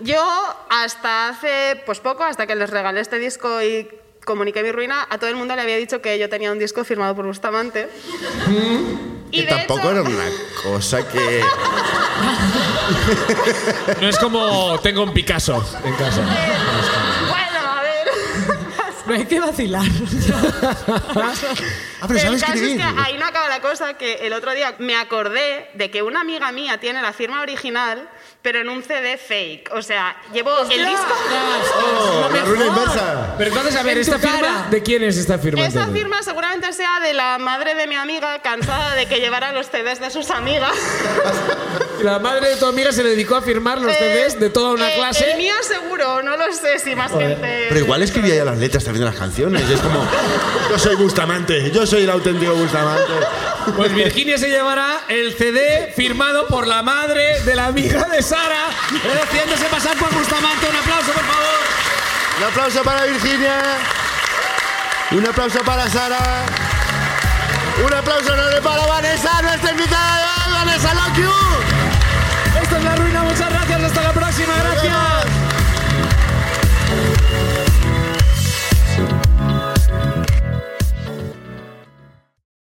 G: mm, yo hasta hace pues poco, hasta que les regalé este disco y comuniqué mi ruina, a todo el mundo le había dicho que yo tenía un disco firmado por Bustamante.
A: Mm. Que
G: de
A: tampoco
G: hecho- Ah,
A: era una cosa que.
B: No es como tengo un Picasso en casa.
G: Bueno, a ver.
C: No hay que vacilar.
G: (laughs)
A: Ah, pero
G: el
A: sabes
G: caso
A: escribir.
G: es que ahí no acaba la cosa, que el otro día me acordé de que una amiga mía tiene la firma original, pero en un CD fake. O sea, llevo el disco...
A: Oh, la ruina inversa.
B: Pero entonces, a ver,
C: En tu
B: ¿esta firma?
C: cara.
B: ¿De quién es esta firma?
G: Esa
B: entonces?
G: firma seguramente sea de la madre de mi amiga cansada de que llevara los CDs de sus amigas.
B: La madre de tu amiga se dedicó a firmar los CDs de toda una
G: Eh, El
B: clase.
G: mío seguro, no lo sé si más gente.
A: Pero igual escribía ya las letras también de las canciones. Es como. Yo soy Bustamante. Yo soy el auténtico Bustamante.
B: Pues Virginia se llevará el CD firmado por la madre de la amiga de Sara, eh, haciéndose pasar por Bustamante. Un aplauso, por favor.
A: Un aplauso para Virginia. Un aplauso para Sara. Un aplauso enorme para Vanessa, nuestra invitada de hoy, Vanessa Lockwood.